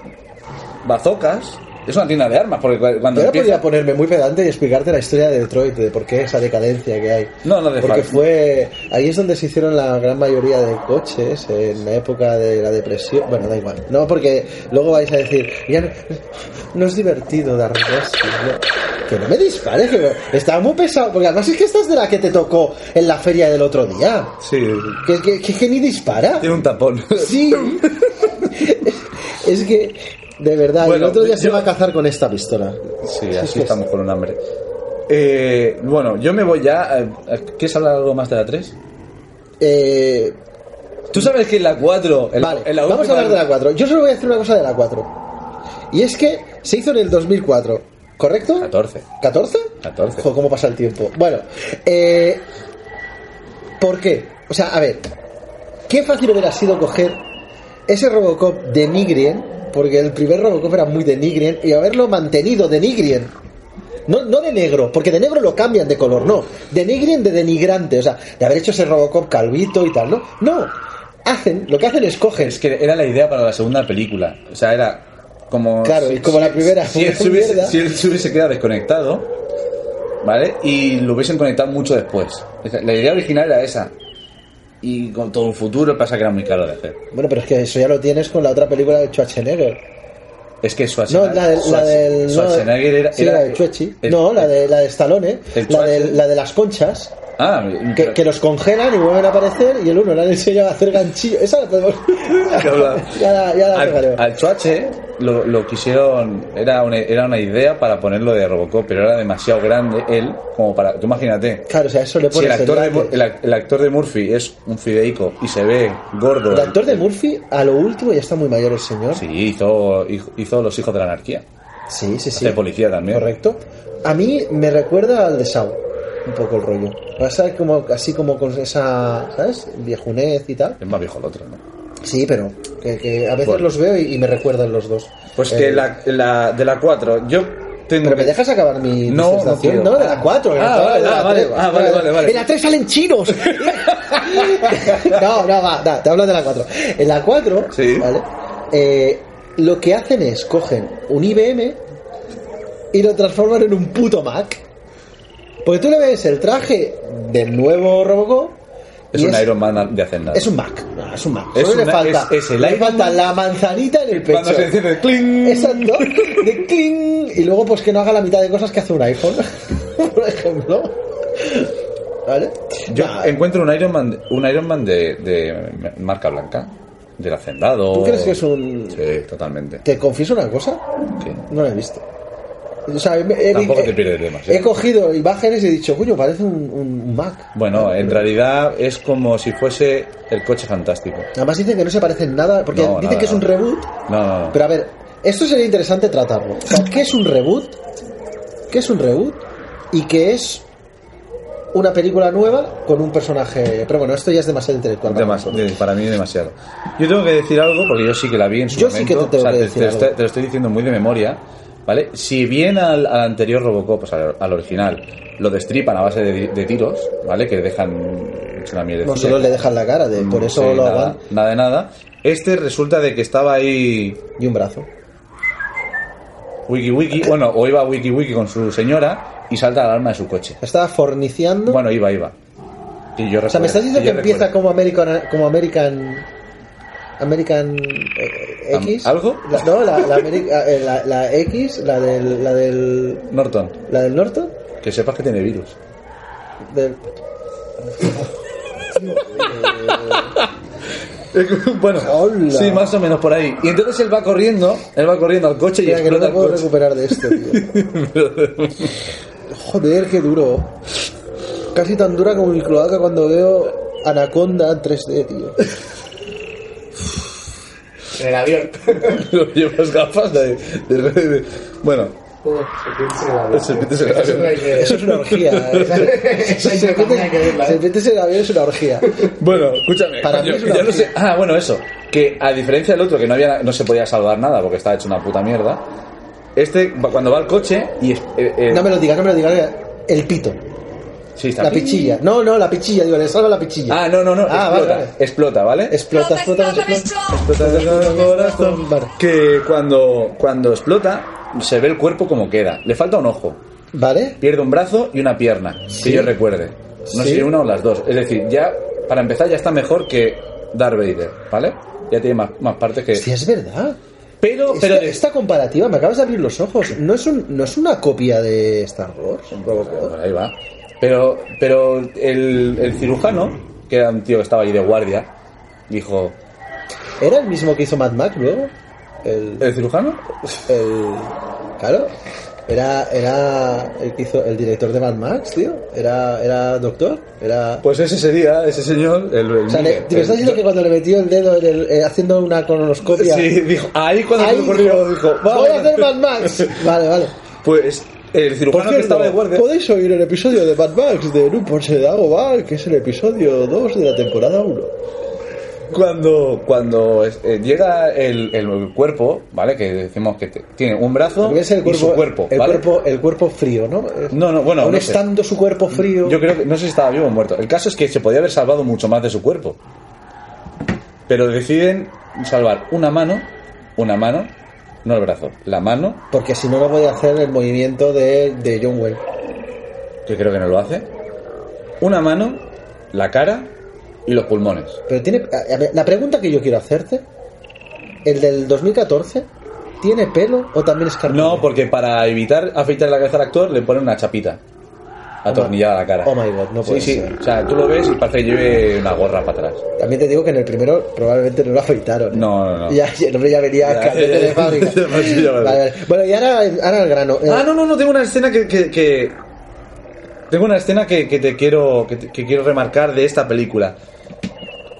Speaker 4: bazocas. Es una tienda de armas, porque cu- cuando
Speaker 3: Yo ahora
Speaker 4: empieza-
Speaker 3: podría ponerme muy pedante y explicarte la historia de Detroit, de por qué esa decadencia que hay.
Speaker 4: No, no hace
Speaker 3: Porque
Speaker 4: falta.
Speaker 3: fue. Ahí es donde se hicieron la gran mayoría de coches, en la época de la depresión. Bueno, da igual. No, porque luego vais a decir, ya no, no es divertido dar hostias, ¿no? Que no me dispares, que me- estaba muy pesado. Porque además es que esta es de la que te tocó en la feria del otro día.
Speaker 4: Sí,
Speaker 3: Que, que, que, que ni dispara.
Speaker 4: tiene un tapón.
Speaker 3: Sí. es que, de verdad,
Speaker 4: Bueno,
Speaker 3: el otro día se
Speaker 4: yo-
Speaker 3: va a cazar con esta pistola.
Speaker 4: Sí,
Speaker 3: Es
Speaker 4: así
Speaker 3: que es-
Speaker 4: estamos con un hambre. Eh, bueno, yo me voy ya. eh, ¿Quieres hablar algo más de la 3?
Speaker 3: Eh,
Speaker 4: Tú sabes que en la 4. en la-
Speaker 3: vale,
Speaker 4: en la
Speaker 3: vamos a
Speaker 4: última-
Speaker 3: hablar de la 4. Yo solo voy a decir una cosa de la 4. Y es que se hizo en el 2004, ¿correcto?
Speaker 4: 14.
Speaker 3: ¿14?
Speaker 4: 14.
Speaker 3: Jo, ¿Cómo pasa el tiempo? Bueno, eh, ¿por qué? O sea, a ver, qué fácil hubiera sido coger ese Robocop de Nigrien, porque el primer Robocop era muy de Nigrien, y haberlo mantenido de Nigrien. No, no de negro, porque de negro lo cambian de color, no. De Nigrien de denigrante, o sea, de haber hecho ese Robocop calvito y tal, ¿no? No. hacen, lo que hacen es cogen.
Speaker 4: Es que era la idea para la segunda película. O sea, era como.
Speaker 3: Claro, y como la primera
Speaker 4: Si
Speaker 3: fue
Speaker 4: él,
Speaker 3: una
Speaker 4: se hubiese,
Speaker 3: mierda.
Speaker 4: si él se hubiese quedado desconectado, ¿vale? Y lo hubiesen conectado mucho después. O sea, La idea original era esa. Y con todo un futuro pasa que era muy caro de hacer.
Speaker 3: Bueno, pero es que eso ya lo tienes con la otra película de Schwarzenegger.
Speaker 4: Es que
Speaker 3: No,
Speaker 4: Schwarzenegger.
Speaker 3: la, del- la del. no,
Speaker 4: Schwarzenegger era.
Speaker 3: sí,
Speaker 4: era-
Speaker 3: la de Chuechi.
Speaker 4: el-
Speaker 3: no, la de, la de Stallone.
Speaker 4: el
Speaker 3: La de,
Speaker 4: Schwarzen-
Speaker 3: la de las conchas.
Speaker 4: Ah,
Speaker 3: Que, que los congelan y vuelven a aparecer. Y el uno le han enseñado a hacer ganchillo. Esa la podemos. ya la, ya la pegaré.
Speaker 4: al, al Chuache lo, lo quisieron era una, era una idea para ponerlo de Robocop pero era demasiado grande él como para tú imagínate
Speaker 3: Claro, o sea, eso le
Speaker 4: si el
Speaker 3: pones
Speaker 4: actor, de,
Speaker 3: delante.
Speaker 4: Mur- el, ac- el actor de Murphy es un fideico y se ve gordo
Speaker 3: El actor de Murphy, a lo último, ya está muy mayor el señor.
Speaker 4: sí hizo, hizo hizo los hijos de la anarquía
Speaker 3: sí, sí. sí.
Speaker 4: de policía también
Speaker 3: Correcto. A mí me recuerda al de Saw, un poco el rollo. Pasa como, así como con esa, ¿sabes? Viejunez y tal.
Speaker 4: es más viejo el otro ¿no?
Speaker 3: Sí, pero que, que a veces
Speaker 4: Bueno.
Speaker 3: los veo y, y me recuerdan los dos.
Speaker 4: pues
Speaker 3: Eh,
Speaker 4: que la, la- de la 4 yo tengo
Speaker 3: Pero me
Speaker 4: que-
Speaker 3: dejas acabar mi
Speaker 4: No, no
Speaker 3: disertación,
Speaker 4: quiero.
Speaker 3: ¿no? De la 4.
Speaker 4: Ah, vale, ah, vale, ah, vale, vale, vale.
Speaker 3: En la 3 salen chinos. no, no, va, da, te hablo de la 4. En la 4,
Speaker 4: Sí.
Speaker 3: ¿vale? Eh, lo que hacen es cogen un IBM y lo transforman en un puto Mac. Porque tú le ves el traje del nuevo Robocop.
Speaker 4: es
Speaker 3: y
Speaker 4: un Iron Man de hacer nada
Speaker 3: Es un Mac, no, es un Mac.
Speaker 4: Es
Speaker 3: Solo le
Speaker 4: una-
Speaker 3: falta,
Speaker 4: es- es el
Speaker 3: le
Speaker 4: Iron
Speaker 3: falta
Speaker 4: Man.
Speaker 3: la manzanita en el pecho.
Speaker 4: cuando se enciende el cling
Speaker 3: Exacto. De cling. Y luego, pues que no haga la mitad de cosas que hace un iPhone. Por ejemplo. ¿Vale?
Speaker 4: Yo
Speaker 3: Nah,
Speaker 4: encuentro un Iron Man, un Iron Man de, de marca blanca, del hacendado.
Speaker 3: ¿Tú crees que es un-
Speaker 4: Sí, totalmente.
Speaker 3: Te confieso una cosa.
Speaker 4: Sí.
Speaker 3: No la he visto. O sea, he, he-
Speaker 4: Tampoco
Speaker 3: he-
Speaker 4: te pierdes ¿eh? demasiado.
Speaker 3: eh, he cogido imágenes y he dicho, coño, parece un, un Mac.
Speaker 4: Bueno, en realidad es como si fuese el coche fantástico.
Speaker 3: Además dicen que no se parecen nada, porque
Speaker 4: No,
Speaker 3: dicen
Speaker 4: nada,
Speaker 3: que es un
Speaker 4: no.
Speaker 3: reboot.
Speaker 4: No, no, no.
Speaker 3: Pero a ver, esto sería interesante tratarlo. O sea, ¿Qué es un reboot? ¿Qué es un reboot? Y qué es una película nueva con un personaje. Pero bueno, esto ya es demasiado intelectual. para
Speaker 4: Demas-
Speaker 3: nosotros.
Speaker 4: de- para mí demasiado. Yo tengo que decir algo, porque yo sí que la vi en su
Speaker 3: Yo sí
Speaker 4: momento.
Speaker 3: que te
Speaker 4: o
Speaker 3: tengo
Speaker 4: sea,
Speaker 3: que
Speaker 4: te,
Speaker 3: decir
Speaker 4: te lo
Speaker 3: algo.
Speaker 4: estoy- te lo estoy diciendo muy de memoria, ¿vale? Si bien al, al anterior Robocop, o sea, al- al original, lo destripan a base de, de tiros, ¿vale? Que dejan hecho una mierda.
Speaker 3: No solo le dejan la cara, de, por eso lo
Speaker 4: Mm, nada,
Speaker 3: aguantan.
Speaker 4: nada de nada. Este resulta de que estaba ahí
Speaker 3: Y un brazo.
Speaker 4: Wiki Wiki, bueno, o iba Wiki Wiki con su señora y salta la alarma de su coche.
Speaker 3: Estaba forniciando.
Speaker 4: Bueno, pues, iba, iba. Y yo
Speaker 3: o
Speaker 4: recuerdo-
Speaker 3: sea, me estás diciendo
Speaker 4: y
Speaker 3: que
Speaker 4: yo
Speaker 3: empieza
Speaker 4: recuerdo.
Speaker 3: como American. Como American American eh,
Speaker 4: Am-
Speaker 3: X.
Speaker 4: ¿algo?
Speaker 3: La- no, la, la, Ameri- eh, la- la X, la del, la del.
Speaker 4: Norton,
Speaker 3: La del Norton.
Speaker 4: que sepas que tiene virus.
Speaker 3: del-
Speaker 4: bueno,
Speaker 3: Hola.
Speaker 4: sí, más o menos por ahí. Y entonces él va corriendo, él va corriendo al coche
Speaker 3: Mira,
Speaker 4: y
Speaker 3: que no
Speaker 4: explota
Speaker 3: te puedo
Speaker 4: el coche.
Speaker 3: recuperar de esto, tío. Joder, qué duro. Casi tan dura como mi cloaca cuando veo Anaconda en 3D, tío.
Speaker 7: En el avión.
Speaker 4: Pero llevas gafas de, de- de- Bueno, el serpiente se le
Speaker 7: Eso no hay que-
Speaker 3: Eso es una orgía.
Speaker 7: Eso hay que- también hay que verla, ¿eh?
Speaker 3: Serpientes en el avión es una orgía.
Speaker 4: Bueno, escúchame.
Speaker 3: Para
Speaker 4: coño,
Speaker 3: mí es una
Speaker 4: ya no
Speaker 3: orgía.
Speaker 4: sé- Ah, bueno, eso. Que a diferencia del otro, que no, había, no se podía salvar nada porque estaba hecho una puta mierda. Este, va- cuando va al coche y. es- eh, eh,
Speaker 3: No me lo digas, no me lo digas. El pito.
Speaker 4: sí, está
Speaker 3: La
Speaker 4: aquí.
Speaker 3: pichilla. No, no, la pichilla, digo, le salva la pichilla.
Speaker 4: Ah, no, no, no.
Speaker 3: Ah, vale,
Speaker 4: explota,
Speaker 3: vale.
Speaker 4: explota, ¿vale?
Speaker 3: Explota, explota, explota.
Speaker 4: Explota el corazón.
Speaker 3: Vale.
Speaker 4: Que cuando, cuando explota, se ve el cuerpo como queda. Le falta un ojo.
Speaker 3: ¿Vale?
Speaker 4: Pierde un brazo y una pierna.
Speaker 3: Sí.
Speaker 4: Que yo recuerde. No
Speaker 3: Sí.
Speaker 4: sé si una o las dos. Es decir, ya, para empezar, ya está mejor que Darth Vader, ¿vale? Ya tiene más, más partes que.
Speaker 3: Hostia, es verdad.
Speaker 4: Pero,
Speaker 3: Esta,
Speaker 4: pero. de-
Speaker 3: esta comparativa, me acabas de abrir los ojos. No es, un, no es una copia de Star Wars. Robocop?
Speaker 4: Por ahí va. Pero, pero el, el cirujano, que era un tío que estaba ahí de guardia, dijo.
Speaker 3: ¿Era el mismo que hizo Mad Max luego? El,
Speaker 4: ¿El cirujano?
Speaker 3: el- claro. Era, era el que hizo el director de Mad Max, tío. Era, era doctor. Era.
Speaker 4: Pues ese sería, ese señor, el. el
Speaker 3: O sea, le-
Speaker 4: Pues Miguel,
Speaker 3: te me estás
Speaker 4: el-
Speaker 3: diciendo que cuando le metió el dedo en el- eh, haciendo una colonoscopia.
Speaker 4: Sí, dijo. Ahí cuando se
Speaker 3: ahí
Speaker 4: le ocurrió, dijo. "Vale".
Speaker 3: voy a hacer Mad Max. Vale, vale.
Speaker 4: Pues el
Speaker 3: Por
Speaker 4: cirujano que
Speaker 3: cierto,
Speaker 4: estaba de guardia.
Speaker 3: podéis oír el episodio de Mad Max de un Ponce de Agobar, que es el episodio 2 de la temporada 1.
Speaker 4: Cuando, cuando eh, llega el, el cuerpo, ¿vale? Que decimos que te- tiene un brazo
Speaker 3: Porque es el
Speaker 4: y su
Speaker 3: cuerpo,
Speaker 4: cuerpo,
Speaker 3: el
Speaker 4: ¿vale?
Speaker 3: cuerpo, el cuerpo frío, ¿no?
Speaker 4: No, no, bueno,
Speaker 3: Aún
Speaker 4: no sé.
Speaker 3: estando su cuerpo frío.
Speaker 4: Yo creo que no sé si estaba vivo o muerto. El caso es que se podía haber salvado mucho más de su cuerpo. Pero deciden salvar una mano, una mano, no el brazo, la mano,
Speaker 3: Porque si no, no voy a hacer el movimiento de, de John Well.
Speaker 4: que creo que no lo hace, una mano, la cara y los pulmones.
Speaker 3: Pero tiene. a- a ver, la pregunta que yo quiero hacerte: ¿el del 2014 tiene pelo o también es carne?
Speaker 4: No, porque para evitar afeitar la cabeza al actor le ponen una chapita atornillada a la cara.
Speaker 3: Oh my God, no puede
Speaker 4: Sí, Eh, sí,
Speaker 3: ser.
Speaker 4: o sea, tú lo ves y parece que lleve una gorra para atrás.
Speaker 3: También te digo que en el primero probablemente no lo afeitaron. ¿eh?
Speaker 4: No, no, no.
Speaker 3: Ya, el hombre ya venía
Speaker 4: Ya,
Speaker 3: caldete
Speaker 4: ya,
Speaker 3: de
Speaker 4: ya.
Speaker 3: fábrica.
Speaker 4: Ya, sí, ya,
Speaker 3: Vale,
Speaker 4: vale.
Speaker 3: vale. Bueno, y ahora, ahora el grano. Eh,
Speaker 4: Ah, no, no, no, tengo una escena que... que- que- Tengo una escena que, que te quiero que, te- que quiero remarcar de esta película.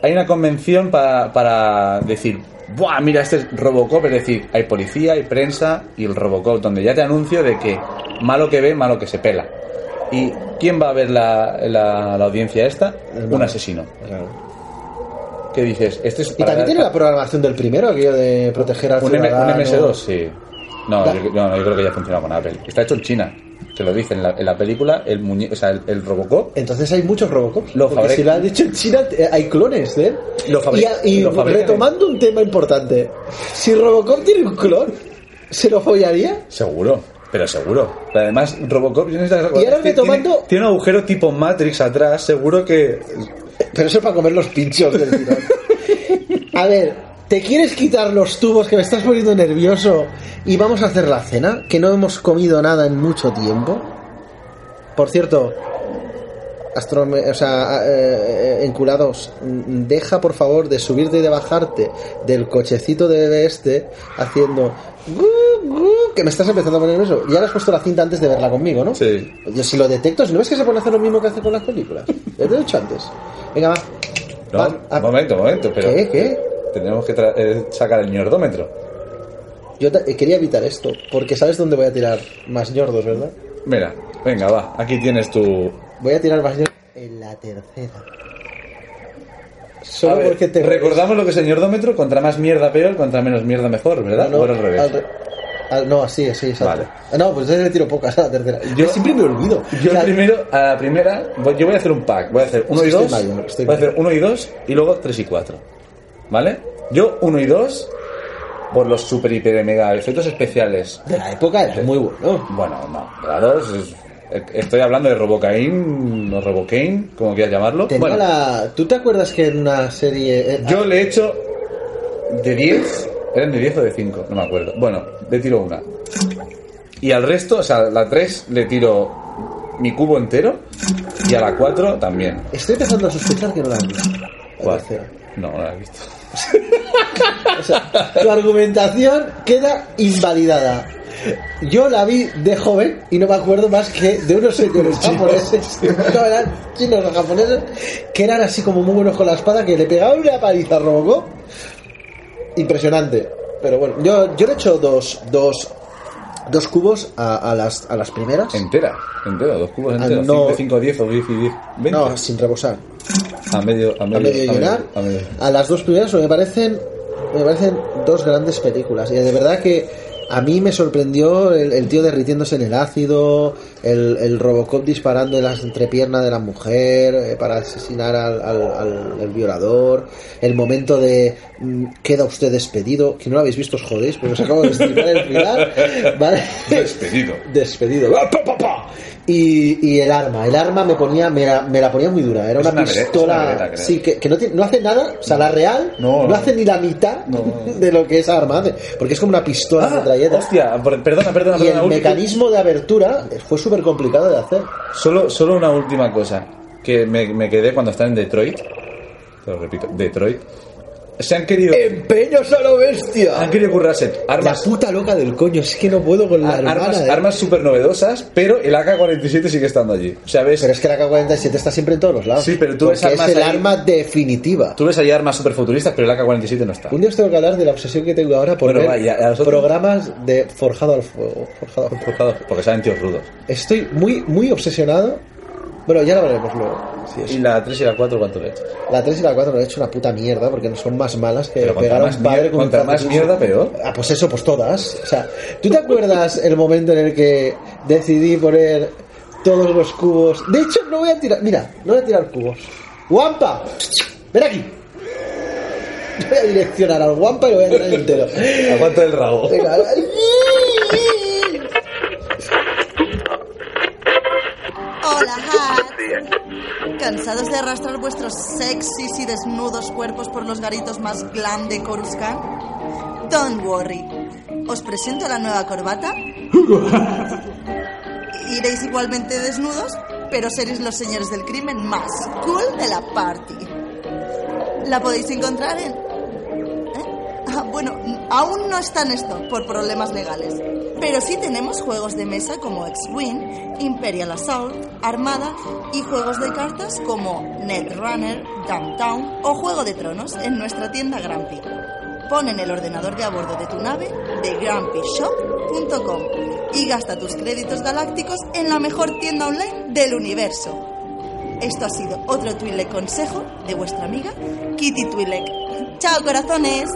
Speaker 4: Hay una convención para, para decir, ¡buah, mira, este es Robocop! Es decir, hay policía, hay prensa y el Robocop, donde ya te anuncio de que malo que ve, malo que se pela. ¿Y quién va a ver la, la- la audiencia esta?
Speaker 3: El
Speaker 4: Un
Speaker 3: malo.
Speaker 4: asesino. ¿Qué dices? Este es
Speaker 3: Y también tiene la programación del primero, aquello de proteger al
Speaker 4: un, M-
Speaker 3: ciudadano.
Speaker 4: un MS2, sí. No,
Speaker 3: Da-
Speaker 4: yo, no, yo creo que ya funciona con Apple. Está hecho en China. Te lo dice en la, en la película, el, muñe o sea, el, el Robocop.
Speaker 3: Entonces hay muchos Robocops.
Speaker 4: Lo
Speaker 3: porque
Speaker 4: fabric-
Speaker 3: si lo han dicho en China, eh, hay clones de él.
Speaker 4: Lo fabric-
Speaker 3: y a- y
Speaker 4: lo fabrican
Speaker 3: retomando un tema importante: si Robocop tiene un clon, ¿se lo follaría?
Speaker 4: Seguro, pero seguro. Pero además, Robocop... yo no sé si te acuerdas,
Speaker 3: Y ahora
Speaker 4: tiene-
Speaker 3: retomando-
Speaker 4: Tiene, tiene un agujero tipo Matrix atrás, seguro que...
Speaker 3: Pero eso es para comer los pinchos del tirón. A ver, ¿te quieres quitar los tubos que me estás poniendo nervioso y vamos a hacer la cena? Que no hemos comido nada en mucho tiempo. Por cierto, astrome- o sea, eh, eh, enculados, mm, deja por favor de subirte y de bajarte del cochecito de bebé este haciendo... gu, gu, Que me estás empezando a poner nervioso. Ya le has puesto la cinta antes de verla conmigo, ¿no?
Speaker 4: Sí.
Speaker 3: Yo si lo detecto, si no ves que se pone a hacer lo mismo que hace con las películas. Ya te lo he dicho antes. Venga, va.
Speaker 4: No,
Speaker 3: Va, a-
Speaker 4: momento, momento, pero...
Speaker 3: ah, ¿Qué? ¿Qué?
Speaker 4: Tenemos que tra- eh, sacar el ñordómetro.
Speaker 3: Yo ta- eh, quería evitar esto, porque sabes dónde voy a tirar más ñordos, ¿verdad?
Speaker 4: Mira, venga, va. Aquí tienes tu...
Speaker 3: Voy a tirar más ñordos en la tercera.
Speaker 4: A
Speaker 3: Solo
Speaker 4: ver,
Speaker 3: porque te...
Speaker 4: Recordamos lo que es el ñordómetro. Contra más mierda peor, contra menos mierda mejor, ¿verdad?
Speaker 3: No,
Speaker 4: O era al revés.
Speaker 3: al re- al- no, así, así, exacto.
Speaker 4: Vale.
Speaker 3: Ah, No, pues entonces le tiro pocas a la tercera. Yo
Speaker 4: Yo-
Speaker 3: siempre me olvido.
Speaker 4: Yo
Speaker 3: O sea,
Speaker 4: el primero, a la primera, voy- yo voy a hacer un pack. Voy a hacer uno y
Speaker 3: Estoy
Speaker 4: dos.
Speaker 3: mayor, estoy
Speaker 4: Voy a hacer
Speaker 3: mayor.
Speaker 4: uno y dos y luego tres y cuatro. ¿Vale? Yo uno y dos por los super, hiper, mega efectos especiales.
Speaker 3: De la época era muy bueno.
Speaker 4: Bueno, no. La dos es- eh, Estoy hablando de Robocaine o Robocaine, como quieras llamarlo.
Speaker 3: Tenía
Speaker 4: Bueno,
Speaker 3: la... ¿Tú te acuerdas que en una serie... eh,
Speaker 4: yo le he hecho de 10. ¿Eran de 10 o de 5? No me acuerdo. Bueno, le tiro una. Y al resto, o sea, la 3 le tiro mi cubo entero y a la 4 también.
Speaker 3: Estoy empezando a sospechar que no la han visto. La
Speaker 4: ¿Cuál?
Speaker 3: tercera.
Speaker 4: No, no la he visto.
Speaker 3: O sea, tu argumentación queda invalidada. Yo la vi de joven y no me acuerdo más que de unos señores japoneses, no eran chinos o japoneses, que eran así como muy buenos con la espada, que le pegaban una paliza a Robocop. Impresionante. Pero bueno, yo, yo le echo dos, dos, dos cubos a, a las, a las primeras.
Speaker 4: Entera, entera, dos cubos enteros.
Speaker 3: Ah, no-
Speaker 4: 5, 5, 10 o 10 y 10. 20.
Speaker 3: No, sin rebosar.
Speaker 4: a medio, a medio,
Speaker 3: a medio
Speaker 4: a
Speaker 3: llenar.
Speaker 4: medio- a medio.
Speaker 3: A las dos primeras me parecen me parecen dos grandes películas. Y de verdad que a mí me sorprendió el, el tío derritiéndose en el ácido, el, el Robocop disparando en las entrepiernas de la mujer eh, para asesinar al, al- al- al violador, el momento de mm, queda usted despedido, que no lo habéis visto os jodéis, porque os acabo de explicar el final, ¿vale?
Speaker 4: Despedido.
Speaker 3: Despedido.
Speaker 4: ¡Ah,
Speaker 3: Pa, pa, pa. Y, y el arma, el arma me ponía, me la, me la ponía muy dura, era
Speaker 4: Es
Speaker 3: una,
Speaker 4: una vere- es
Speaker 3: pistola,
Speaker 4: una vereta, creo.
Speaker 3: sí, que, que no, tiene- no hace nada, o sea, la real no,
Speaker 4: No, no.
Speaker 3: hace ni la mitad de lo que esa arma hace, porque es como una pistola
Speaker 4: Ah,
Speaker 3: metralleta.
Speaker 4: hostia, por- perdona, perdona,
Speaker 3: Y
Speaker 4: perdona.
Speaker 3: el
Speaker 4: última-
Speaker 3: mecanismo de abertura fue súper complicado de hacer.
Speaker 4: Solo, solo una última cosa que me, me quedé cuando estaba en Detroit. Te lo repito, Detroit. Se han querido,
Speaker 3: ¡Empeño solo
Speaker 4: han
Speaker 3: bestia!
Speaker 4: querido currarse
Speaker 3: Ah, La
Speaker 4: armas,
Speaker 3: puta loca del coño, es que no puedo con la
Speaker 4: ar-
Speaker 3: hermana.
Speaker 4: armas,
Speaker 3: eh.
Speaker 4: armas super novedosas, pero el AK-47 sigue estando allí. O sea, ves,
Speaker 3: Pero es que la K-47 está siempre en todos los lados.
Speaker 4: Sí, pero tú ves
Speaker 3: porque es
Speaker 4: armas
Speaker 3: el
Speaker 4: ahí-
Speaker 3: arma definitiva.
Speaker 4: tú ves allí armas super futuristas, pero el AK-47 no está.
Speaker 3: Un día os tengo que hablar de la obsesión que tengo ahora por
Speaker 4: Bueno,
Speaker 3: ver
Speaker 4: vaya, a nosotros-
Speaker 3: programas de forjado al fuego. Forjado al fuego.
Speaker 4: Forzados, Porque saben tíos rudos.
Speaker 3: Estoy muy, muy obsesionado. Bueno, ya lo veremos luego. Sí,
Speaker 4: Y
Speaker 3: eso.
Speaker 4: la 3 y la 4, ¿cuánto le echas?
Speaker 3: La 3 y la 4 lo he hecho una puta mierda porque son más malas que
Speaker 4: Pero contra
Speaker 3: pegar a un
Speaker 4: más
Speaker 3: padre
Speaker 4: mier-
Speaker 3: con un
Speaker 4: contra más
Speaker 3: francotirador.
Speaker 4: mierda, peor.
Speaker 3: Ah, pues eso, pues todas. O sea, ¿tú te acuerdas el momento en el que decidí poner todos los cubos? De hecho, no voy a tirar. Mira, no voy a tirar cubos. ¡Guampa! ¡Ven aquí! Voy a direccionar al guampa y lo voy a llenar entero.
Speaker 4: Aguanta el rabo.
Speaker 3: Venga,
Speaker 8: Hola, Hat. ¿Cansados de arrastrar vuestros sexys y desnudos cuerpos por los garitos más glam de Coruscant? Don't worry. Os presento la nueva corbata. Iréis igualmente desnudos, pero seréis los señores del crimen más cool de la party. La podéis encontrar en... ¿Eh? Ah, bueno, aún no está en esto por problemas legales. Pero sí tenemos juegos de mesa como X-Wing, Imperial Assault, Armada y juegos de cartas como Netrunner, Downtown o Juego de Tronos en nuestra tienda Grumpy. Pon en el ordenador de a bordo de tu nave de grumpyshop.com y gasta tus créditos galácticos en la mejor tienda online del universo. Esto ha sido otro Twi'lek consejo de vuestra amiga Kitty Twi'lek. ¡Chao, corazones!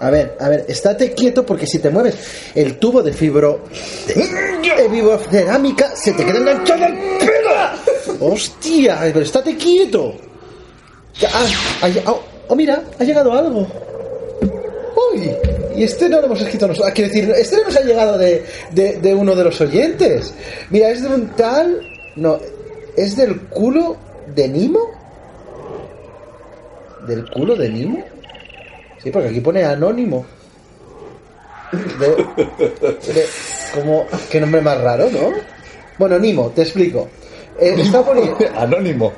Speaker 3: A ver, a ver, estate quieto porque si te mueves, el tubo de fibro de vivocerámica se te queda enganchado al pelo. ¡Hostia! Pero estate quieto. Ya, ah, ah, ya, oh, oh, mira, ha llegado algo. ¡Uy! Y este no lo hemos escrito nosotros. Ah, Quiero decir, este no nos ha llegado de, de, de uno de los oyentes. Mira, es de un tal. No, ¿es del culo de Nimo? ¿Del culo de Nimo? Sí, porque aquí pone anónimo. De, de- como, qué nombre más raro, ¿no? Bueno, Nimo, te explico. Eh, está poniendo.
Speaker 4: Anónimo.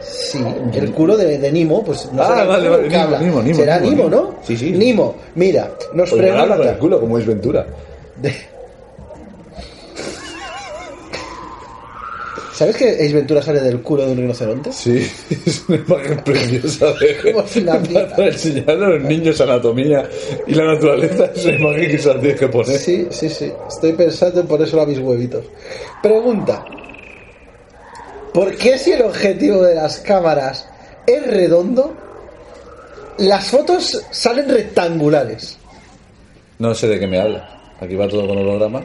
Speaker 3: Sí, el culo de, de Nimo, pues no
Speaker 4: Ah,
Speaker 3: será el
Speaker 4: vale,
Speaker 3: culo
Speaker 4: vale,
Speaker 3: que
Speaker 4: Nimo,
Speaker 3: habla.
Speaker 4: Nimo, Nimo,
Speaker 3: Será
Speaker 4: Nimo,
Speaker 3: Nimo,
Speaker 4: Nimo.
Speaker 3: ¿no?
Speaker 4: Sí, sí.
Speaker 3: Nimo, mira, nos
Speaker 4: Pues me habla con
Speaker 3: pregunta.
Speaker 4: el culo, como es Ventura.
Speaker 3: de- ¿Sabes que Ace Ventura sale del culo de un rinoceronte?
Speaker 4: Sí, es una imagen preciosa de
Speaker 3: Como si la
Speaker 4: para,
Speaker 3: viera.
Speaker 4: enseñar a los niños anatomía y la naturaleza es la imagen que se la tienes que poner.
Speaker 3: Sí, sí, sí. Estoy pensando en ponérselo a mis huevitos. Pregunta. ¿Por qué si el objetivo de las cámaras es redondo, las fotos salen rectangulares?
Speaker 4: No sé de qué me habla. Aquí va todo con hologramas.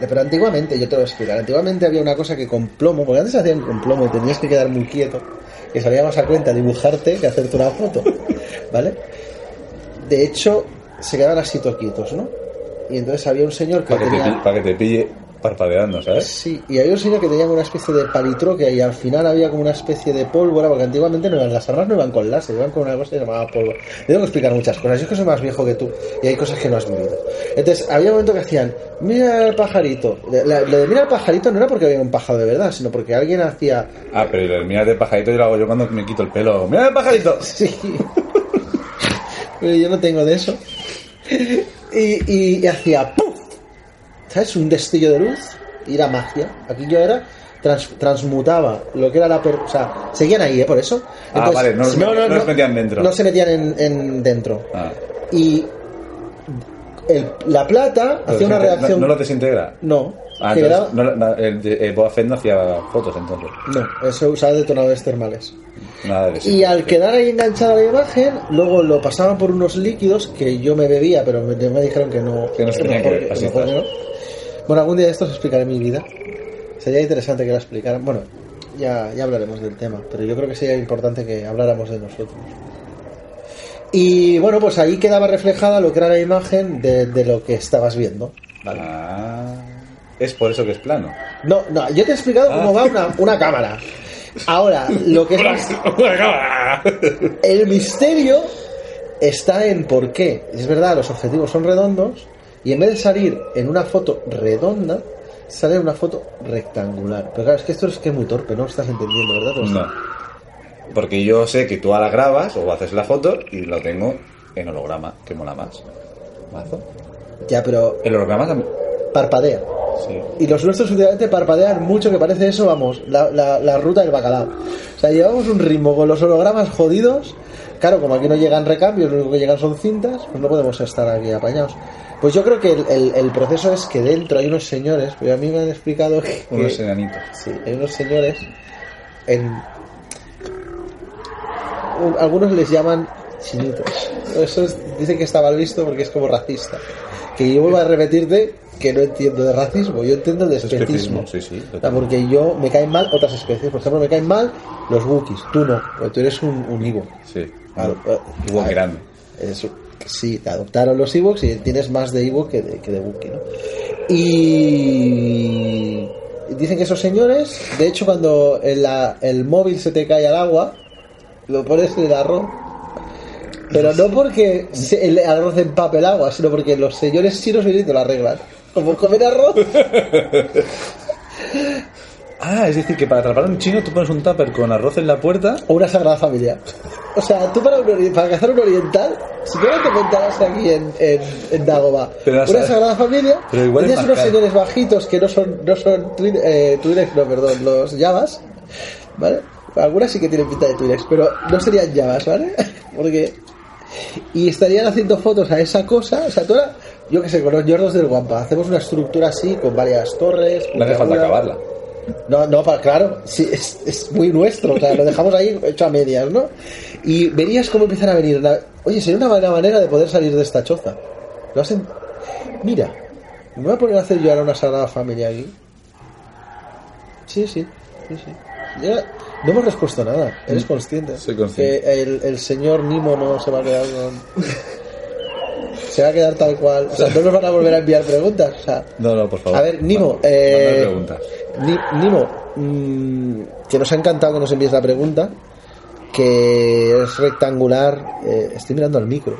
Speaker 3: Eh, Pero antiguamente, yo te lo explico, antiguamente había una cosa que con plomo, porque antes se hacían con plomo y tenías que quedar muy quieto, que salía más a cuenta dibujarte que hacerte una foto, ¿vale? De hecho, se quedaban así todos quietos, ¿no? Y entonces había un señor que
Speaker 4: Para que, te,
Speaker 3: tenía...
Speaker 4: pi- para que te pille parpadeando, ¿sabes?
Speaker 3: Sí, y había un señor que tenía como una especie de palitroque y al final había como una especie de pólvora, porque antiguamente no eran las armas, no iban con láser, iban con una cosa que se llamaba pólvora. Yo tengo que explicar muchas cosas, yo es que soy más viejo que tú y hay cosas que no has vivido. Entonces, había un momento que hacían, mira al pajarito. La- lo de mira al pajarito no era porque había un pájaro de verdad, sino porque alguien hacía,
Speaker 4: Ah, pero el mira de pajarito yo lo hago yo cuando me quito el pelo. ¡Mira de pajarito!
Speaker 3: sí, pero yo no tengo de eso. Y, y- y hacía, ¡puf! ¿sabes? Un destello de luz y era magia. Aquí yo era trans- transmutaba lo que era la per- o sea, seguían ahí, ¿eh? Por eso.
Speaker 4: Ah, vale, no los- no los metían dentro.
Speaker 3: No se metían en, en dentro.
Speaker 4: Ah,
Speaker 3: Y el- la plata
Speaker 4: pero
Speaker 3: hacía una
Speaker 4: gente- no-
Speaker 3: reacción.
Speaker 4: No, lo desintegra.
Speaker 3: No,
Speaker 4: Ah,
Speaker 3: que
Speaker 4: entonces,
Speaker 3: era-
Speaker 4: no, no, el, eh, Boba Fett no hacía fotos entonces.
Speaker 3: no, eso usaba detonadores termales.
Speaker 4: Nada de eso.
Speaker 3: Y al quedar ahí enganchada la imagen, luego lo pasaban por unos líquidos que yo me bebía, pero me, me dijeron que no.
Speaker 4: Que no se tenía que
Speaker 3: mejor
Speaker 4: beber, así
Speaker 3: mejor
Speaker 4: está.
Speaker 3: no. Bueno, algún día de estos explicaré mi vida. Sería interesante que la explicaran. Bueno, ya, ya hablaremos del tema, pero yo creo que sería importante que habláramos de nosotros. Y bueno, pues ahí quedaba reflejada lo que era la imagen de, de lo que estabas viendo.
Speaker 4: Ah, es por eso que es plano.
Speaker 3: No, no, yo te he explicado cómo va una, una cámara. Ahora, lo que es más- El misterio está en por qué. Es verdad, los objetivos son redondos y en vez de salir en una foto redonda, sale en una foto rectangular. Pero claro, es que esto es que es muy torpe, no lo estás entendiendo, ¿verdad? Pero
Speaker 4: No. Mm. Porque yo sé que tú la grabas o haces la foto y lo tengo en holograma, que mola más. Mazo.
Speaker 3: está- Ya, pero
Speaker 4: El holograma también.
Speaker 3: parpadea.
Speaker 4: Sí.
Speaker 3: Y los nuestros últimamente parpadean mucho, que parece eso, vamos, la, la- la ruta del bacalao. O sea, llevamos un ritmo con los hologramas jodidos. Claro, como aquí no llegan recambios, lo único que llegan son cintas, pues no podemos estar aquí apañados. Pues yo creo que el, el- el proceso es que dentro hay unos señores, pero a mí me han explicado que...
Speaker 4: Unos enanitos.
Speaker 3: Sí, hay unos señores en un- algunos les llaman chinitos. Eso es- dicen que está mal visto porque es como racista. Que yo vuelvo a repetirte que no entiendo de racismo, yo entiendo de especismo.
Speaker 4: Especismo, sí, sí,
Speaker 3: O sea, porque yo me caen mal otras especies. Por ejemplo, me caen mal los Wookiees. Tú no, porque tú eres un, un Ivo.
Speaker 4: Sí.
Speaker 3: Claro,
Speaker 4: Ivo
Speaker 3: ah,
Speaker 4: grande.
Speaker 3: es- sí, te adoptaron los Ewoks y tienes más de Ewok que de, que de Wookiee, ¿no? Y dicen que esos señores, de hecho, cuando el, la- el móvil se te cae al agua, lo pones en el arroz. Pero no porque se- el arroz empape el agua, sino porque los señores sí nos vienen las reglas. Como comer arroz,
Speaker 4: Ah, es decir, que para atrapar a un chino tú pones un tupper con arroz en la puerta.
Speaker 3: o una sagrada familia. O sea, tú para, un ori- para cazar un oriental, si tú no te montaras aquí en, en, en Dagobah,
Speaker 4: Pero la
Speaker 3: una
Speaker 4: sagra-
Speaker 3: sagrada familia,
Speaker 4: Pero igual
Speaker 3: tienes
Speaker 4: es más
Speaker 3: unos
Speaker 4: caro.
Speaker 3: señores bajitos que no son, no son Twi- eh, Twirex, no, perdón, los Javas, ¿vale? Algunas sí que tienen pinta de Twirex, pero no serían Javas, ¿vale? Porque... Y estarían haciendo fotos a esa cosa, o sea, tú ahora, yo que sé, con los yordos del Guampa, hacemos una estructura así, con varias torres...
Speaker 4: No hace falta
Speaker 3: puntiagudas.
Speaker 4: acabarla.
Speaker 3: No, no, para, claro, sí, es, es muy nuestro, o sea, lo dejamos ahí hecho a medias, ¿no? Y verías cómo empiezan a venir. la- Oye, sería una buena manera de poder salir de esta choza. Lo hacen... Mira, me voy a poner a hacer yo ahora una sagrada familia aquí. Sí, sí, sí, sí. Ya, no hemos respuesto nada, eres consciente.
Speaker 4: Mm, Soy consciente.
Speaker 3: Que el, el señor Nimo no se va a quedar con. Se va a quedar tal cual. O sea, no nos van a volver a enviar preguntas. O sea,
Speaker 4: No, no, por favor.
Speaker 3: a ver, Nimo,
Speaker 4: Manda-
Speaker 3: eh,
Speaker 4: mandad preguntas.
Speaker 3: Ni- Nimo, mm, que nos ha encantado que nos envíes la pregunta, que es rectangular. eh, estoy mirando al micro.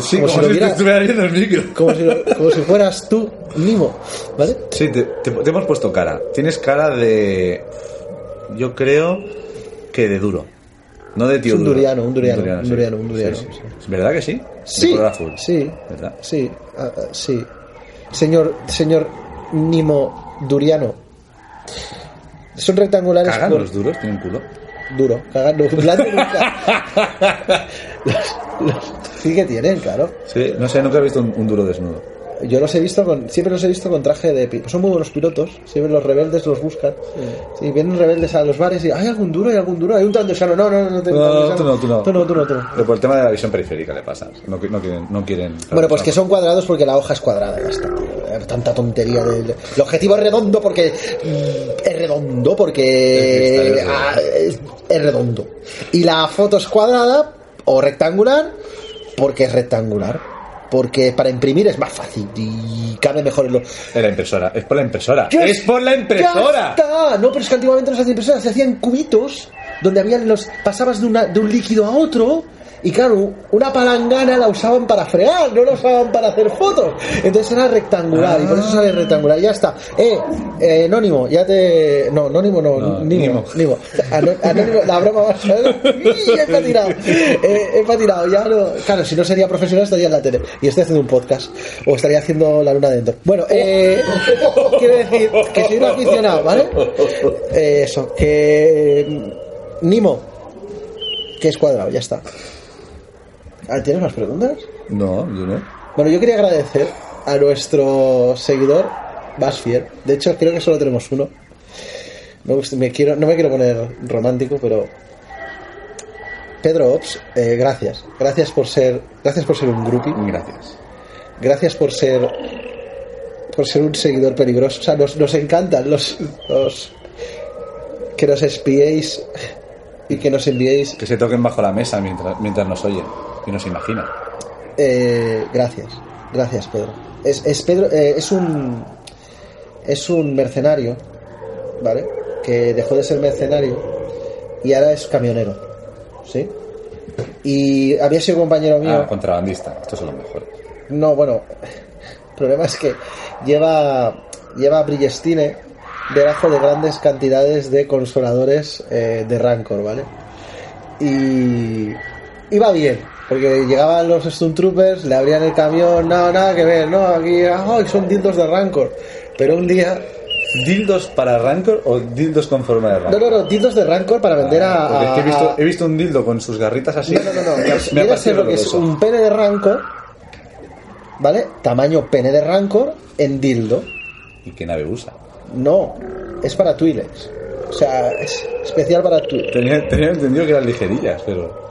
Speaker 4: Sí,
Speaker 3: como
Speaker 4: como,
Speaker 3: si lo
Speaker 4: si
Speaker 3: viera-
Speaker 4: te estuviera viendo el micro.
Speaker 3: Como si, lo- como si fueras tú, Nimo, ¿vale?
Speaker 4: Sí, te, te- te hemos puesto cara. Tienes cara de. Yo creo que de duro. No de tío
Speaker 3: Es un
Speaker 4: duro.
Speaker 3: duriano, un duriano, un
Speaker 4: sí.
Speaker 3: duriano, un duriano,
Speaker 4: Sí, sí, sí.
Speaker 3: sí.
Speaker 4: ¿Es ¿Verdad que sí?
Speaker 3: Sí,
Speaker 4: De color azul.
Speaker 3: sí.
Speaker 4: ¿Verdad?
Speaker 3: Sí, ah, ah, sí. Señor, señor Nimo Duriano. Son rectangulares.
Speaker 4: ¿Cagan
Speaker 3: por-
Speaker 4: los duros? ¿Tienen culo?
Speaker 3: duro, cagando. Blando nunca. Los- los- sí que tienen, claro.
Speaker 4: Sí, no sé, nunca he visto un, un duro desnudo.
Speaker 3: Yo los he visto con, siempre los he visto con traje de pi- Son muy buenos pilotos, siempre los rebeldes los buscan. Sí, vienen rebeldes a los bares y hay algún duro, hay algún duro, hay un tal de sano. No, no, no, no, tengo
Speaker 4: No,
Speaker 3: tal de
Speaker 4: tú
Speaker 3: sano.
Speaker 4: no, tú no.
Speaker 3: Tú no, tú no, tú no.
Speaker 4: Pero por el tema de la visión periférica le pasa. No, qui- no quieren. No quieren
Speaker 3: Bueno, pues que son cuadrados porque la hoja es cuadrada, ya está. Eh, Tanta tontería del. El objetivo es redondo porque. mm, Es redondo
Speaker 4: El cristal
Speaker 3: porque.
Speaker 4: es redondo.
Speaker 3: ah, Es, es redondo. Y la foto es cuadrada o rectangular porque es rectangular. Porque para imprimir es más fácil y cabe mejor en los.
Speaker 4: Es la impresora. Es por la impresora. ¡Es por la
Speaker 3: ¡Ya
Speaker 4: impresora!
Speaker 3: está! No, pero es que antiguamente no se hacían impresoras, se hacían cubitos donde habían los. pasabas de, una- de un líquido a otro. Y claro, una palangana la usaban para fregar, no la usaban para hacer fotos. Entonces era rectangular y por eso sale rectangular. Ya está. Eh, eh, Anónimo, ya te. No, Anónimo no,
Speaker 4: No,
Speaker 3: Nimo.
Speaker 4: Nimo.
Speaker 3: Nimo. Ano- Anónimo, la broma más. ¡Ih, He patinado. Eh, he patinado, ya no. Claro, si no sería profesional estaría en la tele. Y estoy haciendo un podcast. O estaría haciendo la luna dentro. Bueno, eh, quiero decir que soy un aficionado, ¿vale? Eh, eso, que. mm, Nimo, que es cuadrado, ya está. Ah, ¿Tienes más preguntas?
Speaker 4: No, yo no.
Speaker 3: Bueno, yo quería agradecer a nuestro seguidor más fiel. De hecho, creo que solo tenemos uno. Me gust- me quiero, no me quiero poner romántico, pero Pedro Ops, eh, gracias, gracias por ser, gracias por ser un groupie,
Speaker 4: Gracias.
Speaker 3: gracias por ser, por ser un seguidor peligroso. O sea, nos, nos encantan los, los que nos espiéis y que nos enviéis.
Speaker 4: Que se toquen bajo la mesa mientras, mientras nos oyen y nos imaginan.
Speaker 3: Eh, gracias, gracias Pedro. Es, es Pedro, eh, es un es un mercenario, ¿vale? Que dejó de ser mercenario y ahora es camionero, ¿sí? Y había sido compañero mío.
Speaker 4: Ah, contrabandista. Estos son los mejores.
Speaker 3: No, bueno, el problema es que lleva lleva Brillestine debajo de grandes cantidades de consoladores eh, de Rancor, ¿vale? y iba bien porque llegaban los Stormtroopers, le abrían el camión, no, nada que ver, no, aquí, ah, ay, son dildos de Rancor. Pero un día,
Speaker 4: ¿Dildos para Rancor o dildos con forma de
Speaker 3: no,
Speaker 4: Rancor?
Speaker 3: no, no, dildos de Rancor para vender a.
Speaker 4: Ah, Porque es que he
Speaker 3: a-
Speaker 4: visto, he visto un dildo con sus garritas así.
Speaker 3: No, no, no, no. pues,
Speaker 4: Me ha
Speaker 3: mira,
Speaker 4: parecido
Speaker 3: sé lo que es
Speaker 4: doloroso.
Speaker 3: un pene de Rancor, ¿vale? Tamaño pene de Rancor en dildo.
Speaker 4: ¿Y qué nave usa?
Speaker 3: No, es para Twilex. O sea, es especial para tú.
Speaker 4: Tenía, tenía entendido que eran ligerillas, pero.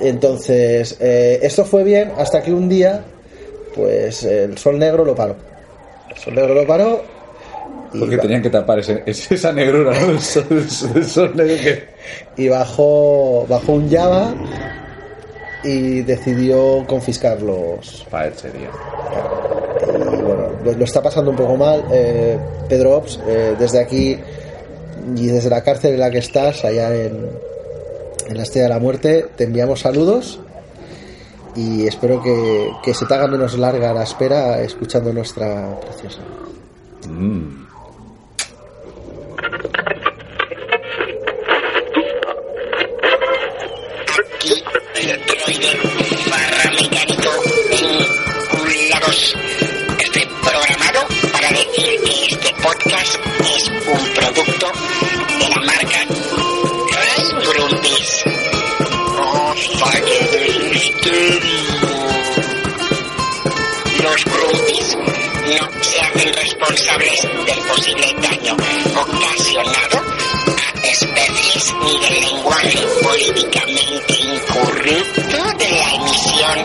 Speaker 3: Entonces, eh, esto fue bien hasta que un día, pues el sol negro lo paró. El sol negro lo paró. Y,
Speaker 4: Porque
Speaker 3: ba-
Speaker 4: tenían que tapar ese- ese- esa negrura, ¿no? El sol, el sol- el sol negro que.
Speaker 3: y bajó, bajó un Java y decidió confiscar los,
Speaker 4: Pa' él sería.
Speaker 3: y bueno, lo, lo está pasando un poco mal. eh, Pedro Ops, eh, desde aquí y desde la cárcel en la que estás, allá en, en la Estrella de la Muerte, te enviamos saludos y espero que, que se te haga menos larga la espera escuchando nuestra preciosa.
Speaker 9: Aquí, el droide barra mecánico en Culados. Estoy programado para decir que este podcast es un producto de la marca Ray Brumbies. Oh, fallo del misterio. Los Brumbies no se hacen responsables del posible daño ocasionado a especies ni del lenguaje políticamente incorrecto de la emisión.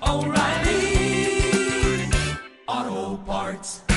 Speaker 10: O'Reilly Auto Parts.